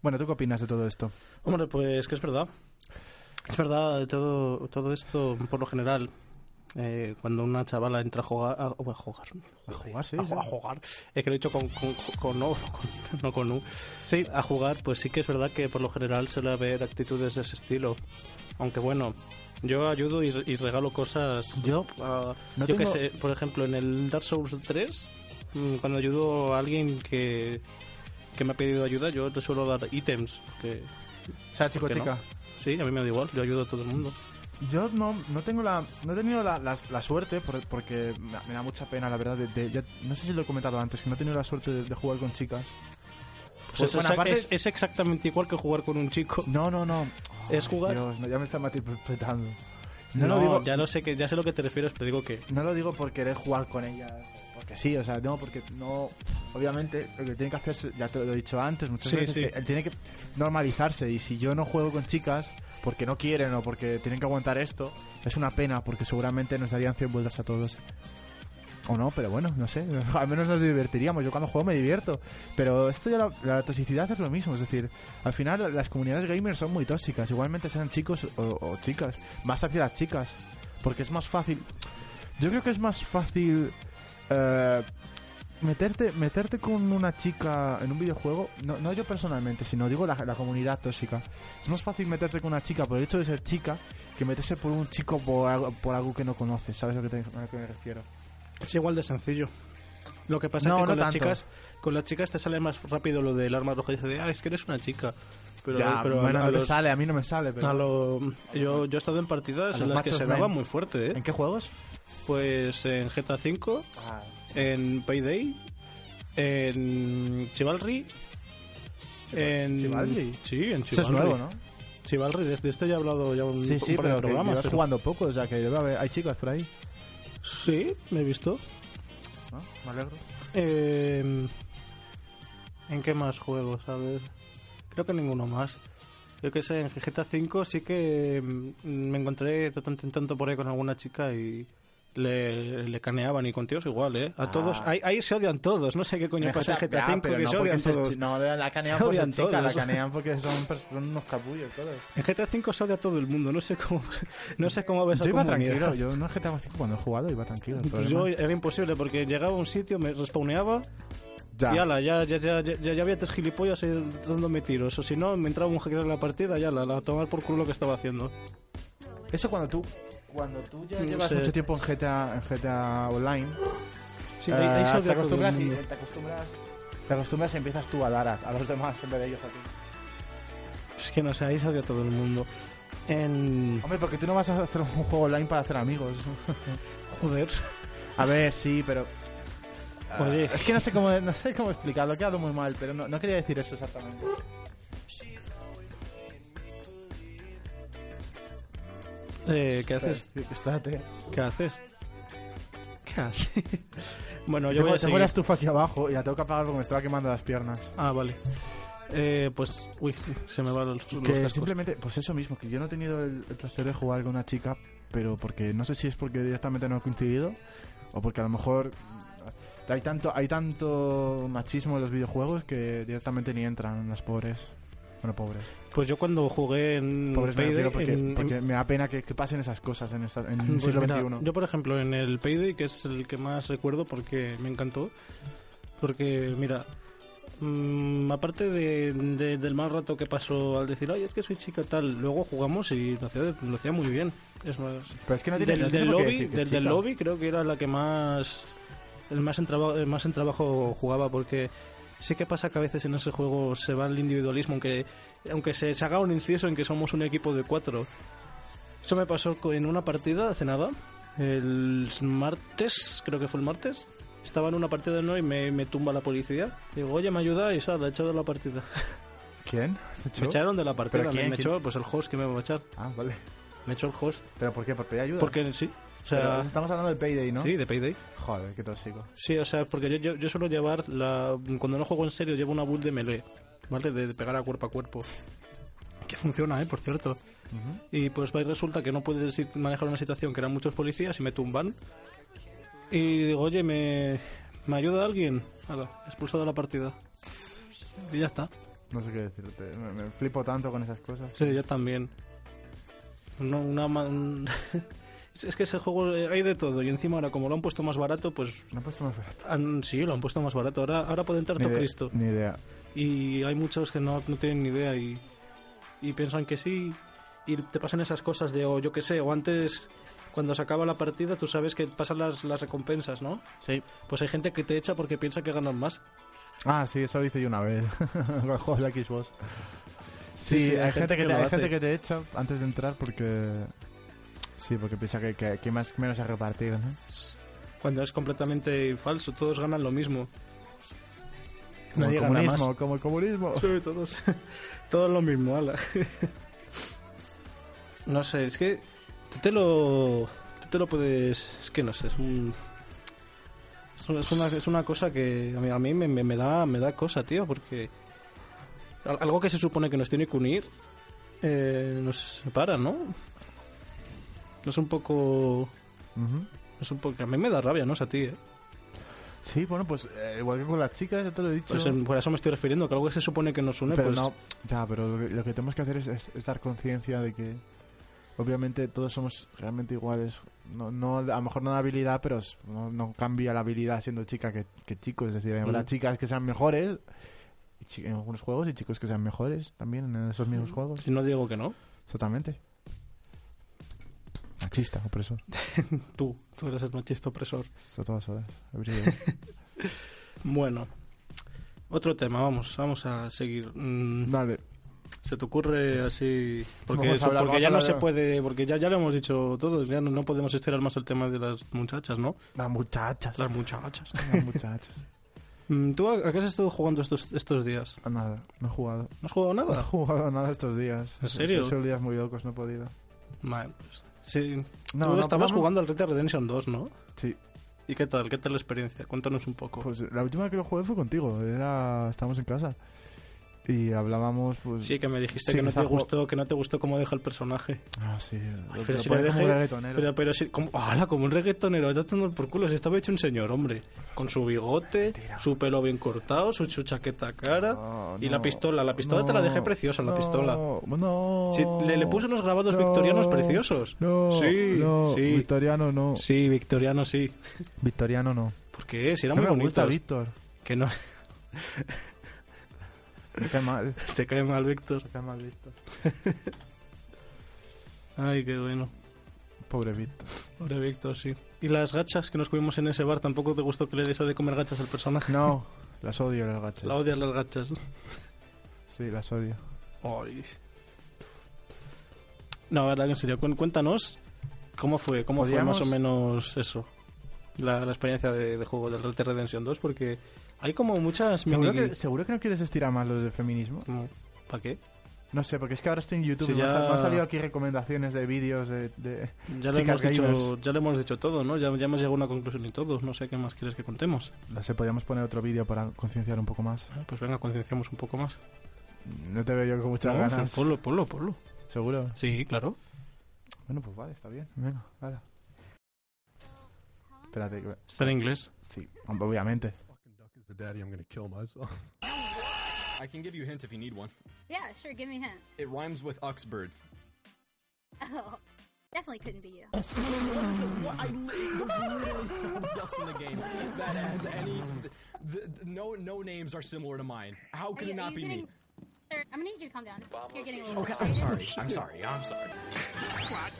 A: Bueno, ¿tú qué opinas de todo esto?
B: Hombre, pues que es verdad. Es verdad, todo, todo esto, por lo general, eh, cuando una chavala entra a jugar... A, a jugar.
A: A jugar, sí,
B: A,
A: sí.
B: ju- a jugar. Es que lo he dicho con, con, con O, con- no con U.
A: Sí.
B: A jugar, pues sí que es verdad que por lo general suele haber actitudes de ese estilo. Aunque bueno, yo ayudo y, y regalo cosas...
A: Yo
B: ah,
A: no
B: yo
A: tengo-
B: que sé, por ejemplo, en el Dark Souls 3, mm, cuando ayudo a alguien que, que me ha pedido ayuda, yo le suelo dar ítems. Que,
A: O sea, chico,
B: ¿Por qué
A: chica.
B: no? Sí, a mí me da igual, yo ayudo a todo el mundo.
A: Pues Yo no, no tengo la, no he tenido la, la- la suerte, por- porque me da- me da mucha pena, la verdad, de, de- ya- no sé si lo he comentado antes, que no he tenido la suerte de, de jugar con chicas.
B: Pues
A: Pues
B: es,
A: bueno,
B: exac-
A: aparte-
B: es- es exactamente igual que jugar con un chico.
A: No, no, no.
B: ¿Es jugar?
A: Dios, no, ya me está malinterpretando. No, lo digo,
B: ya lo sé que ya sé lo que te refieres, pero digo que
A: no lo digo por querer jugar con ellas, porque sí, o sea, no, porque no, obviamente, lo que tiene que hacerse, ya te lo he dicho antes, muchas
B: Sí,
A: veces,
B: sí.
A: que él tiene que normalizarse, y si yo no juego con chicas, porque no quieren o porque tienen que aguantar esto, es una pena, porque seguramente nos darían 100 vueltas a todos. O no, pero bueno, no sé. Al menos nos divertiríamos. Yo cuando juego me divierto. Pero esto ya la, la toxicidad es lo mismo. Es decir, al final las comunidades gamers son muy tóxicas. Igualmente sean chicos o, o chicas. Más hacia las chicas. Porque es más fácil. Yo creo que es más fácil. eh, meterte, meterte con una chica en un videojuego. No, no yo personalmente, sino digo la, la comunidad tóxica. Es más fácil meterse con una chica por el hecho de ser chica que meterse por un chico por algo, por algo que no conoces. ¿Sabes a lo que te- a lo que me refiero?
B: es igual de sencillo. Lo que pasa
A: No,
B: es que
A: no
B: con las
A: tanto.
B: chicas con las chicas te sale más rápido lo del arma roja y dices, de, "Ah, es que eres una chica." Pero,
A: ya,
B: pero a-
A: bueno,
B: a
A: no te
B: los-
A: sale, a mí no me sale, pero...
B: a lo- yo, yo he estado en
A: A
B: partidas
A: los
B: en las que
A: machos
B: se
A: men.
B: daba muy fuerte, ¿eh?
A: qué juegos?
B: Pues en GTA 5 en Payday, en Chivalry, en
A: Chivalry.
B: Sí, en Chivalry.
A: Eso es nuevo, ¿no?
B: Chivalry, de de esto ya he hablado ya un, un par de programas.
A: llevas
B: pero-
A: jugando poco, o sea que debe haber- hay chicas por ahí.
B: Sí, me he visto.
A: ¿no? Me alegro.
B: Eh, ¿En qué más juegos? A ver. Creo que ninguno más. Yo que sé, en GTA V sí que mm, me encontré de tanto en tanto por ahí con alguna chica y le, le caneaban y con tíos igual, ¿eh? A
A: Ah.
B: todos. Ahí, ahí se odian todos. No sé qué coño
A: pues
B: pasa en GTA V que se odian todos.
A: No, este la canean
B: Se
A: por ser
B: odian
A: chicas, la
B: todos.
A: canean porque son, pers- son unos capullos todos.
B: En GTA V se odia todo el mundo. No sé cómo, no sé cómo ves
A: Yo iba tranquilo, yo no GTA V cuando he jugado iba tranquilo. el
B: Pues
A: problema-
B: yo era imposible porque llegaba a un sitio, me respawneaba
A: Ya.
B: Y ala, ya, ya, ya, ya, ya, ya había tres gilipollas ahí dándome tiros. O si no, me entraba un hacker en la partida y ala, la tomar por culo lo que estaba haciendo.
A: Eso cuando tú cuando tú ya
B: No
A: llevas
B: sé.
A: mucho tiempo en GTA, en GTA Online,
B: Sí,
A: eh,
B: ahí- ahí se odia
A: te
B: todo el
A: acostumbras y
B: mundo.
A: te acostumbras, te acostumbras y empiezas tú a dar a, a los demás en vez de ellos a ti.
B: Es que no sé, ahí se odia todo el mundo. En...
A: Hombre, porque tú no vas a hacer un juego online para hacer amigos.
B: Joder.
A: a ver, sí, pero ah,
B: Oye.
A: es que no sé cómo no sé cómo explicarlo, he quedado muy mal, pero no, no quería decir eso exactamente.
B: Eh, ¿Qué haces?
A: Espera, sí, espérate.
B: ¿Qué haces? ¿Qué haces? bueno, yo voy
A: Tengo, tengo
B: a seguir.
A: la estufa aquí abajo y la tengo que apagar porque me estaba quemando las piernas.
B: Ah, vale. Eh, pues, uy, se me van los, los
A: Que
B: cascos.
A: simplemente, pues eso mismo, que yo no he tenido el, el placer de jugar con una chica, pero porque no sé si es porque directamente no he coincidido o porque a lo mejor mm, hay tanto hay tanto machismo en los videojuegos que directamente ni entran las pobres. Bueno, pobres.
B: Pues yo cuando jugué en
A: Pobres me
B: Payday,
A: refiero porque,
B: Mm, en-
A: porque me da pena que, que pasen esas cosas en, esta, en el
B: Pues
A: siglo
B: mira,
A: XXI.
B: Yo, por ejemplo, en el Payday, que es el que más recuerdo porque me encantó. Porque, mira, mm, aparte de- de- del mal rato que pasó al decir, ay, es que soy chica tal, luego jugamos y lo hacía, lo hacía muy bien. Es más,
A: Pero es que no tiene,
B: del,
A: no tiene
B: del
A: por qué
B: lobby,
A: decir que
B: del, del
A: chica.
B: lobby creo que era la que más el más en trabajo el más en trabajo jugaba porque sí que pasa que a veces en ese juego se va el individualismo aunque aunque se, se haga un inciso en que somos un equipo de cuatro eso me pasó co- en una partida hace nada el martes creo que fue el martes estaba en una partida de no y me, me tumba la policía digo oye me ayuda y sal la he echado de la partida
A: ¿Quién?
B: me echaron de la partida me,
A: quién?
B: me echó pues el host que me va a echar
A: Ah, vale.
B: me echó el host
A: ¿Pero por qué? ¿Por pedir ayuda?
B: porque sí o
A: Pero
B: sea
A: estamos hablando de Payday, ¿no?
B: sí de payday
A: Joder, qué tóxico.
B: Sí, o sea, porque yo, yo, yo suelo llevar la... Cuando no juego en serio, llevo una build de melee, ¿vale? De, de pegar a cuerpo a cuerpo. Que funciona, ¿eh? Por cierto. Y pues va y resulta que no puedes ir- manejar una situación que eran muchos policías y me tumban. Y digo, oye, ¿me, ¿me ayuda alguien? Nada, expulsado de la partida. Y ya está.
A: No sé qué decirte. Me, me flipo tanto con esas cosas.
B: Sí, yo también. No, una... ma- un- Es es que ese juego eh, hay de todo y encima ahora como lo han puesto más barato, pues
A: No he puesto más barato.
B: han- sí, lo han puesto más barato. Ahora, ahora puede entrar todo
A: idea,
B: Cristo.
A: ni idea.
B: y hay muchos que no, no tienen ni idea y, y piensan que sí y te pasan esas cosas de o yo qué sé o antes cuando se acaba la partida tú sabes que pasan las, las recompensas ¿no?
A: Sí.
B: pues hay gente que te echa porque piensa que ganan más
A: Ah, sí, eso lo hice yo una vez. Con el juego de la Xbox. Sí,
B: sí,
A: hay, gente que te,
B: lo
A: hay
B: hace.
A: gente que te echa antes de entrar porque. Sí, porque piensa que, que, que más menos a repartir, ¿no?
B: cuando es completamente falso todos ganan lo mismo
A: Como
B: Nadie
A: el
B: gana
A: comunismo, como el comunismo.
B: Sí, todos. Todos lo mismo, ala. No sé, es que tú te lo. Tú te lo puedes. Es que no sé, es un. Es un- es una, es una cosa que a mí, a mí me, me- me da, me da cosa, tío, porque. al- Algo que se supone que nos tiene que unir. eh, nos separa, ¿no? No es un poco.
A: Ujú.
B: Es un poco. A mí me da rabia, ¿no? Es a ti, ¿eh?
A: Sí, bueno, pues eh, igual que con las chicas, ya te lo he dicho.
B: Pues, eh, por eso me estoy refiriendo, que algo que se supone que nos une,
A: pero
B: pues.
A: no, ya, pero lo que, lo que tenemos que hacer es, es- es dar conciencia de que obviamente todos somos realmente iguales. No, no, a lo mejor no de habilidad, pero s- no, no cambia la habilidad siendo chica que, que chico. Es decir, habrá
B: Mm.
A: chicas que sean mejores y chi- en algunos juegos y chicos que sean mejores también en esos mismos juegos.
B: si no digo que no.
A: Exactamente. Machista, opresor.
B: Tú, tú eres el machista opresor.
A: A todas horas. every day.
B: Bueno, otro tema, vamos, vamos a seguir. Mm,
A: Vale.
B: ¿Se te ocurre así? Porque,
A: Vamos a hablar,
B: porque
A: vamos
B: ya
A: a
B: no
A: hablar.
B: se puede, porque ya, ya lo hemos dicho todos, ya no, no podemos estirar más el tema de las muchachas, ¿no?
A: Las muchachas.
B: Las muchachas.
A: Las muchachas.
B: Mm, ¿Tú a, a qué has estado jugando estos, estos días?
A: Nada, no he jugado.
B: ¿No has jugado
A: No he
B: nada?
A: jugado nada estos días.
B: ¿En serio?
A: Son días muy locos, no he podido.
B: Vale, pues, sí.
A: No,
B: Tú
A: no,
B: estabas
A: no.
B: jugando al Red Dead Redemption 2, ¿no?
A: Sí,
B: ¿Y qué tal? ¿Qué tal la experiencia? Cuéntanos un poco.
A: pues la última que lo jugué fue contigo, era estábamos en casa y hablábamos pues
B: sí, que me dijiste
A: sí,
B: que no
A: que se
B: te
A: ha jugado-
B: gustó, que no te gustó cómo deja el personaje.
A: ah sí,
B: Ay,
A: te
B: pero
A: lo
B: si
A: pone
B: le
A: como
B: dejé-
A: reggaetonero.
B: Pero, pero si, como, ¡Hala! Como un reggaetonero, tratando por culo. Si estaba hecho un señor, hombre. Con su bigote,
A: Mentira.
B: su pelo bien cortado, su, su chaqueta cara.
A: No,
B: y
A: no,
B: la pistola. La pistola te la dejé
A: no,
B: preciosa, la
A: no,
B: pistola.
A: No.
B: Sí, le, le puse unos grabados victorianos preciosos.
A: No.
B: Sí,
A: no,
B: sí.
A: Victoriano no.
B: Sí, victoriano sí.
A: Victoriano no.
B: Porque si era
A: no
B: muy
A: me gusta
B: bonito.
A: Víctor.
B: Que no.
A: Me cae mal.
B: Te cae mal, Víctor.
A: Me cae mal Víctor.
B: Ay, qué bueno.
A: Pobre Víctor.
B: Pobre Víctor, sí. ¿Y las gachas que nos comimos en ese bar? ¿Tampoco te gustó que le des a de comer gachas al personaje?
A: No, las odio las gachas.
B: La odias las gachas.
A: Sí, las odio.
B: Ay. No, ahora en serio, cuen- cuéntanos cómo fue, cómo
A: Podríamos-
B: fue más o menos eso, la, la experiencia de, de juego del Red Dead Redemption 2, porque hay como muchas
A: ¿Seguro
B: mini-
A: que, ¿Seguro que no quieres estirar más los de feminismo?
B: No, ¿Para qué?
A: No sé, porque es que ahora estoy en YouTube
B: Sí,
A: y me, han
B: ya-
A: sal- me han salido aquí recomendaciones de vídeos de, de-
B: Ya le, hemos
A: Chicas
B: dicho,
A: gamers.
B: ya le hemos dicho todo, ¿no? Ya, ya hemos llegado a una conclusión y todo. No sé qué más quieres que contemos.
A: No sé, podríamos poner otro vídeo para concienciar un poco más.
B: Ah, Pues venga, concienciamos un poco más.
A: No te veo yo con muchas
B: No,
A: ganas.
B: pues Ponlo, ponlo, ponlo.
A: ¿Seguro?
B: Sí, claro.
A: Bueno, pues vale, está bien. Venga, hala. Espérate. que-
B: Está en inglés.
A: Sí, obviamente.
H: the daddy, I'm gonna kill myself.
I: I can give you a hint if you need one.
J: Yeah, sure, give me a hint.
I: It rhymes with Oxbird.
J: Oh, definitely couldn't be you.
I: What? I li- there's literally nothing else in the game that has any. The, no, no names are similar to mine. How
J: Are
I: could
J: you,
I: it
J: are
I: not
J: you
I: be
J: getting...
I: me?
J: Sir, I'm gonna need you to calm down. It's like you're getting a little
I: Okay, I'm
J: frustrated.
I: sorry. I'm sorry. I'm sorry.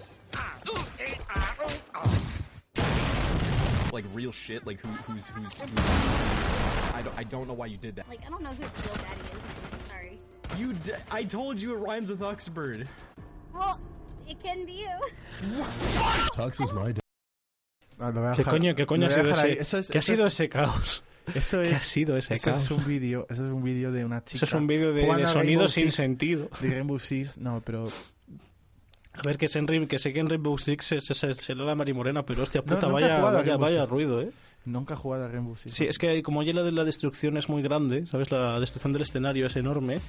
I: Like real shit. Like who, who's who's. who's I don't, I don't know why you did that.
J: Like, I don't know who the real daddy is. I'm so sorry.
I: You. D- I told you it rhymes with Oxbird.
J: Well, it can be you.
H: Tux is my dad.
A: Ah, lo voy a
B: ¿Qué
A: dejar-
B: coño, qué coño
A: lo
B: ha
A: voy a
B: sido
A: dejar
B: ese?
A: ahí. Eso es-
B: ¿Qué ha
A: eso
B: sido
A: es-
B: ese caos?
A: Esto
B: ¿Qué ha
A: es,
B: sido ese
A: eso
B: caos?
A: es un vídeo, eso es un vídeo de una chica.
B: Eso es un vídeo de, de
A: Juana Rainbow
B: sonido sin
A: Six-
B: sentido.
A: De Rainbow Six, no, pero
B: A ver, que, es en, Rim- que sé que en Rainbow Six se, se, se, se le da Marimorena, pero hostia
A: No,
B: puta,
A: nunca he
B: vaya,
A: jugado a
B: vaya,
A: Rainbow
B: vaya
A: Six.
B: ruido, ¿eh?
A: nunca he jugado a Rainbow Six.
B: Sí, es que como ya la, de la destrucción es muy grande, ¿sabes? La destrucción del escenario es enorme.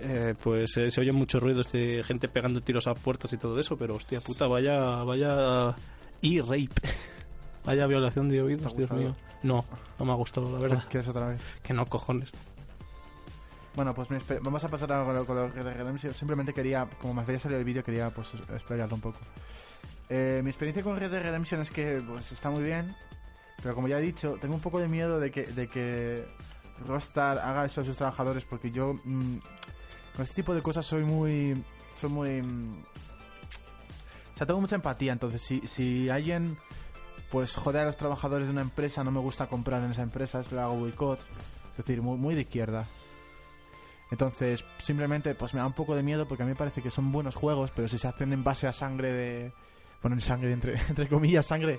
B: eh, pues eh, se oyen muchos ruidos de este, gente pegando tiros a puertas y todo eso, pero hostia puta, vaya, vaya y rape. vaya violación de oídos,
A: ha
B: Dios
A: gustado?
B: mío. No, no me ha gustado, la verdad.
A: ¿Quieres otra vez?
B: Que no, cojones.
A: Bueno, pues mi exper- vamos a pasar a lo- con los Red Dead Redemption. Simplemente quería, como más había salido el vídeo, quería pues explayarlo un poco. Eh, mi experiencia con Red Dead Redemption es que pues está muy bien, pero como ya he dicho, tengo un poco de miedo de que, de que Rockstar haga eso a sus trabajadores, porque yo mm, con este tipo de cosas soy muy, soy muy, mm, o sea, tengo mucha empatía. Entonces, si, si alguien pues jode a los trabajadores de una empresa, no me gusta comprar en esa empresa, es le hago boicot, es decir, muy, muy de izquierda. Entonces, simplemente, pues me da un poco de miedo porque a mí me parece que son buenos juegos, pero si se hacen en base a sangre de. Bueno, en sangre, entre, entre comillas, sangre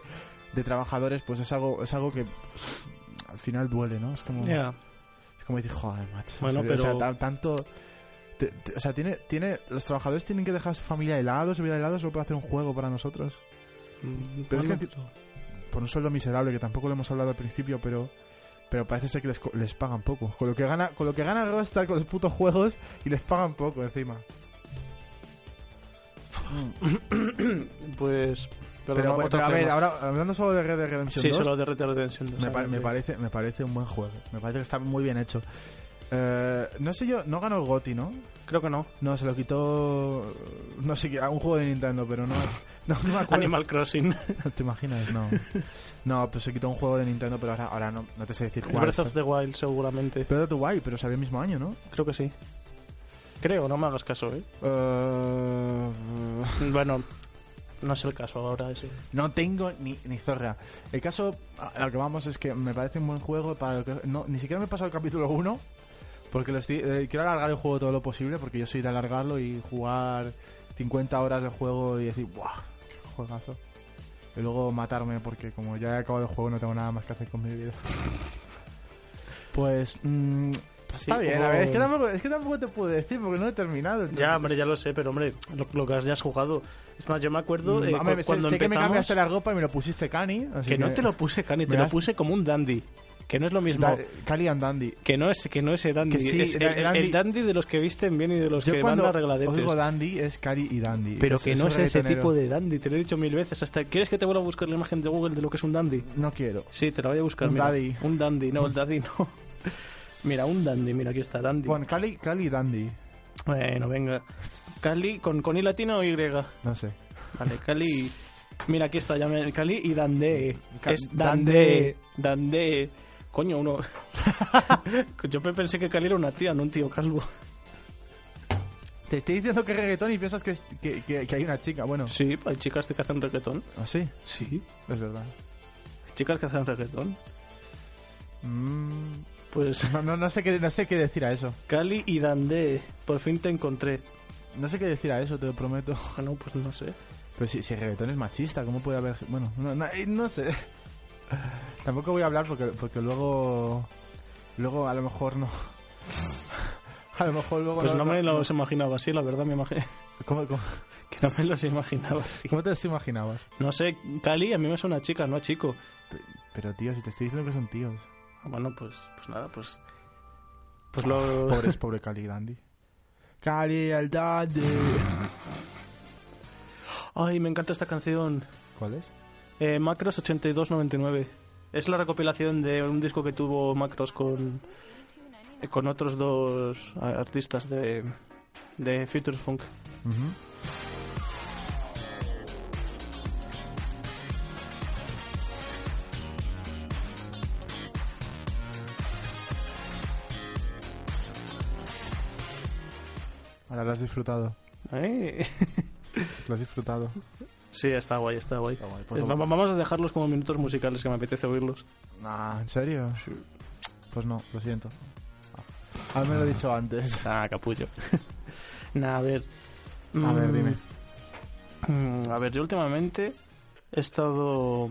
A: de trabajadores, pues es algo, es algo que pues, al final duele, ¿no? Es como.
B: Ya.
A: Es como decir, joder, macho. en
B: Bueno,
A: serio,
B: pero-
A: O sea, ta- tanto. te- te- o sea, tiene, tiene, los trabajadores tienen que dejar a su familia de lado, su vida de lado, solo para hacer un juego para nosotros. Mm, Pero es que- Por un sueldo miserable, que tampoco lo hemos hablado al principio, pero. Pero parece ser que les, co- les pagan poco. Con lo que gana, con lo que gana Rockstar con los putos juegos y les pagan poco encima.
B: pues...
A: Pero,
B: perdón,
A: bueno,
B: otro
A: pero a ver,
B: tema.
A: ahora hablando solo de Red Dead Redemption
B: Sí,
A: 2,
B: solo de Red Dead Redemption 2.
A: me, pa- me parece, me parece un buen juego. Me parece que está muy bien hecho. Eh, no sé yo, no ganó el GOTY, ¿no?
B: Creo que no.
A: No, se lo quitó. No sé, qué- a un juego de Nintendo, pero no. No, no me acuerdo.
B: Animal Crossing.
A: ¿Te imaginas? No. No, pues se quitó un juego de Nintendo, pero ahora, ahora no, no te sé decir cuál.
B: Breath of the Wild, seguramente.
A: Breath of the Wild, pero salió el mismo año, ¿no?
B: Creo que sí. Creo, no me hagas caso, ¿eh?
A: Eh,
B: Bueno, no es el caso ahora ese.
A: no tengo ni, ni zorra. El caso a lo que vamos es que me parece un buen juego para lo que. No, ni siquiera me he pasado el capítulo 1. Porque lo estoy- eh, quiero alargar el juego todo lo posible, porque yo soy de alargarlo y jugar 50 horas de juego y decir, ¡buah! ¡Qué juegazo! Y luego matarme, porque como ya he acabado el juego, no tengo nada más que hacer con mi vida. pues. mm, está bien, a ver, es que, tampoco, es que tampoco te puedo decir porque no he terminado. entonces-
B: Ya, hombre, ya lo sé, pero hombre, lo, lo que has- ya has jugado. Es más, yo me acuerdo eh,
A: Mm, hombre,
B: cu-
A: sé-
B: cuando
A: sé que me
B: empezamos
A: cambiaste la ropa y me lo pusiste cani. así
B: que no te lo puse, Cani, te
A: Me
B: lo
A: das-
B: puse como un dandy. Que no es lo mismo.
A: Da- Cali and Dandy.
B: que no es que no ese dandy.
A: Que sí,
B: es el,
A: da- dandy-
B: el dandy de los que visten bien y de los
A: Yo
B: que
A: cuando
B: van arregladetes.
A: os digo Dandy es Cali y Dandy.
B: pero que no es ese
A: reggaetonero.
B: tipo de dandy, te lo he dicho mil veces. Hasta ¿Quieres que te vuelva a buscar la imagen de Google de lo que es un dandy?
A: No quiero.
B: Sí, te la voy a buscar.
A: Un
B: mira.
A: daddy.
B: Un dandy, no, el dandy no. Mira, un dandy, mira, aquí está, dandy.
A: Bueno, Cali, Cali y Dandy.
B: Bueno, venga. Cali con, con I latina o Y.
A: No sé.
B: Vale, Cali. Mira, aquí está, ya me- Cali y Dande.
A: Ca-
B: es Dande. Dande. Coño, uno. Yo pe- pensé que Cali era una tía, no un tío calvo.
A: Te estoy diciendo que es reggaetón y piensas que, es- que- que- que hay una chica. Bueno,
B: Sí, hay chicas que hacen reggaetón.
A: ¿ah, sí?
B: Sí,
A: Es verdad.
B: hay chicas que hacen reggaetón.
A: Mm,
B: Pues
A: no, no, no sé qué, no sé qué decir a eso.
B: Cali y Dandé, por fin te encontré.
A: No sé qué decir a eso, te lo prometo.
B: Ah, no, pues no sé.
A: Pero si, si el reggaetón es machista, ¿cómo puede haber...? Bueno, no, no, eh, no sé. Tampoco voy a hablar porque, porque luego... Luego a lo mejor no... A lo mejor luego...
B: Pues no me
A: no-
B: los imaginaba así, la verdad me imagino.
A: ¿Cómo, cómo,
B: Que no me los imaginaba así.
A: cómo te los imaginabas?
B: No sé, Cali a mí me suena a chica, no a chico.
A: Pero tío, si te estoy diciendo que son tíos.
B: Ah, Bueno, pues, pues nada, pues. Pues lo.
A: Pobres, pobre Cali Dandy. Cali el Dandy.
B: Ay, me encanta esta canción.
A: ¿Cuál es?
B: Eh, Macros 8299. Es la recopilación de un disco que tuvo Macros con, eh, con otros dos a- artistas de, de Future Funk.
A: Ahora lo has disfrutado.
B: Eh,
A: Lo has disfrutado.
B: Sí, está guay, está guay.
A: guay, pues
B: Eh, va- va- vamos a dejarlos como minutos musicales que me apetece oírlos.
A: Nah, ¿en serio? Pues no, lo siento. Ah, me lo he dicho antes.
B: Ah, capullo. Nah, a ver.
A: A ver,
B: Mm,
A: dime.
B: mm, A ver, yo últimamente he estado.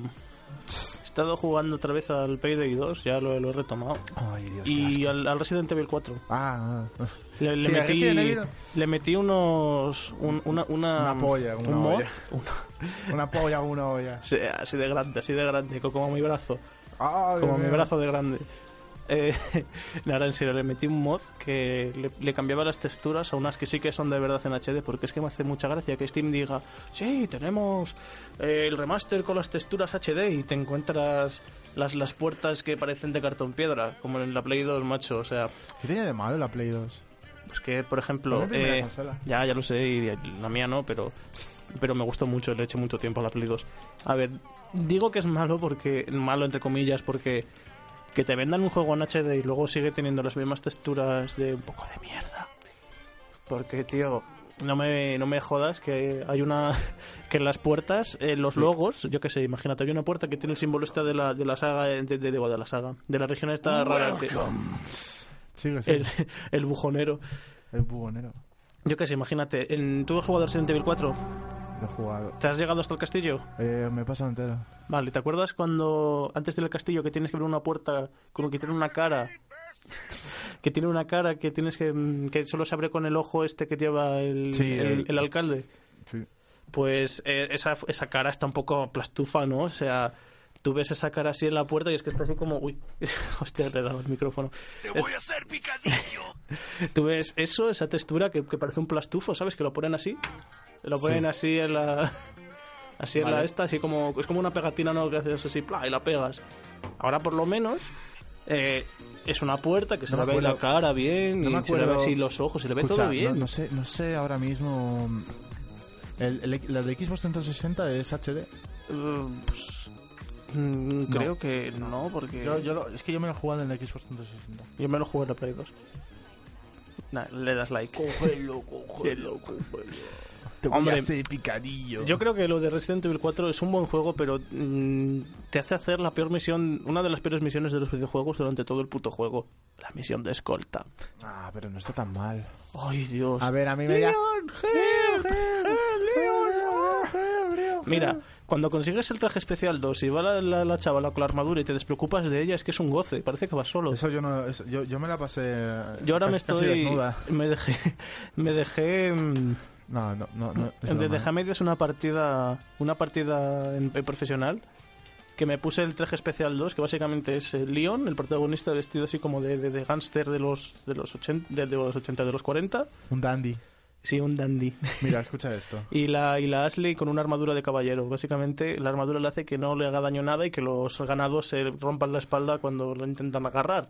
B: He estado jugando otra vez al Payday 2, ya lo, lo he retomado.
A: Ay, Dios, qué
B: Y
A: asco.
B: al, al Resident Evil 4.
A: Ah, ah.
B: Le, le
A: Sí, a
B: metí,
A: Resident Evil.
B: le metí unos. un- una, una,
A: Una polla,
B: un
A: una
B: mod,
A: olla.
B: una-
A: una polla, una olla.
B: sí, así de grande, así de grande, co- como mi brazo.
A: Ah, Dios
B: Como mi
A: mío.
B: brazo de grande. Eh, ahora en serio, le metí un mod que le, le cambiaba las texturas a unas que sí que son de verdad en HD, porque es que me hace mucha gracia que Steam diga, sí, tenemos eh, el remaster con las texturas HD y te encuentras las, las puertas que parecen de cartón piedra, como en la Play 2, macho. O sea,
A: ¿Qué tenía de malo la Play 2?
B: pues que, por
A: Fue
B: ejemplo,
A: mi primera
B: eh,
A: consola.
B: ya, ya lo sé, y la mía no, pero, pero me gustó mucho, le eché mucho tiempo a la Play 2. A ver, digo que es malo porque, malo entre comillas, porque que te vendan un juego en HD y luego sigue teniendo las mismas texturas de un poco de mierda. Porque, tío, no me, no me jodas que hay una... que en las puertas, eh, los logos, yo qué sé, imagínate, hay una puerta que tiene el símbolo esta de la, de la saga, eh, de, de, de- de la saga, de la región
A: Ah,
B: esta rara, que-
A: Sigue, sigue.
B: el,
A: El,
B: el bujonero.
A: bugonero.
B: Yo qué sé, imagínate, en, tú has jugado Resident Evil 4,
A: Lo he jugado.
B: ¿te has llegado hasta el castillo?
A: Eh, me pasa entero.
B: Vale, ¿te acuerdas cuando antes del castillo que tienes que abrir una puerta con que tiene una cara? Que tiene una cara que tienes que mm, que solo se abre con el ojo este que lleva el,
A: Sí,
B: el-
A: el-
B: el alcalde.
A: Sí.
B: Pues eh, esa, esa cara está un poco plastufa, ¿no? O sea, tú ves esa cara así en la puerta y es que está así como, uy, hostia, le he dado el micrófono. Te voy a hacer picadillo. tú ves eso, esa textura que, que parece un plastufo, ¿sabes? Que lo ponen así. Lo ponen
A: Sí.
B: así en la... Así es la
A: Vale.
B: esta, así como es como una pegatina no que haces así pla y la pegas. Ahora por lo menos eh, es una puerta que se
A: No
B: le
A: me
B: ve la
A: acuerdo.
B: cara bien,
A: No me
B: y se le ve
A: acuerdo.
B: así los ojos, se le ve
A: Escucha,
B: todo bien.
A: No, no sé, no sé ahora mismo. mm, El, el- la de Xbox 360 es HD.
B: Eh, pues, mm,
A: No.
B: creo que no, porque
A: Yo,
B: yo,
A: yo lo- es que yo me lo he jugado en la Xbox 360.
B: me lo jugué en la Play 2. Nah, le das like. Cógelo, cógelo, Hombre,
A: picadillo.
B: Yo creo que lo de Resident Evil 4 es un buen juego, pero mm, te hace hacer la peor misión, una de las peores misiones de los videojuegos durante todo el puto juego. La misión de escolta.
A: Ah, pero no está tan mal.
B: Ay, Dios.
A: A ver, a mí me da.
B: help, Mira, cuando consigues el traje especial 2 y va la, la, la chavala con la armadura y te despreocupas de ella, es que es un goce, parece que vas solo.
A: Eso yo no. eso- yo, yo me la pasé.
B: Yo ahora
A: casi-
B: me
A: casi
B: estoy.
A: desnuda.
B: Me dejé. Me dejé. mm,
A: No, no, no. no es
B: De,
A: broma,
B: de
A: ¿eh?
B: dejé a medias una partida. Una partida en, en profesional. Que me puse el traje especial 2, que básicamente es eh, Leon, el protagonista vestido así como de, de, de gángster de los, de, los 80, de, de los 80, de los 40.
A: Un dandy.
B: Sí, un dandy.
A: Mira, escucha esto.
B: Y la, y la Ashley con una armadura de caballero. Básicamente, la armadura le hace que no le haga daño nada y que los ganados se rompan la espalda cuando lo intentan agarrar.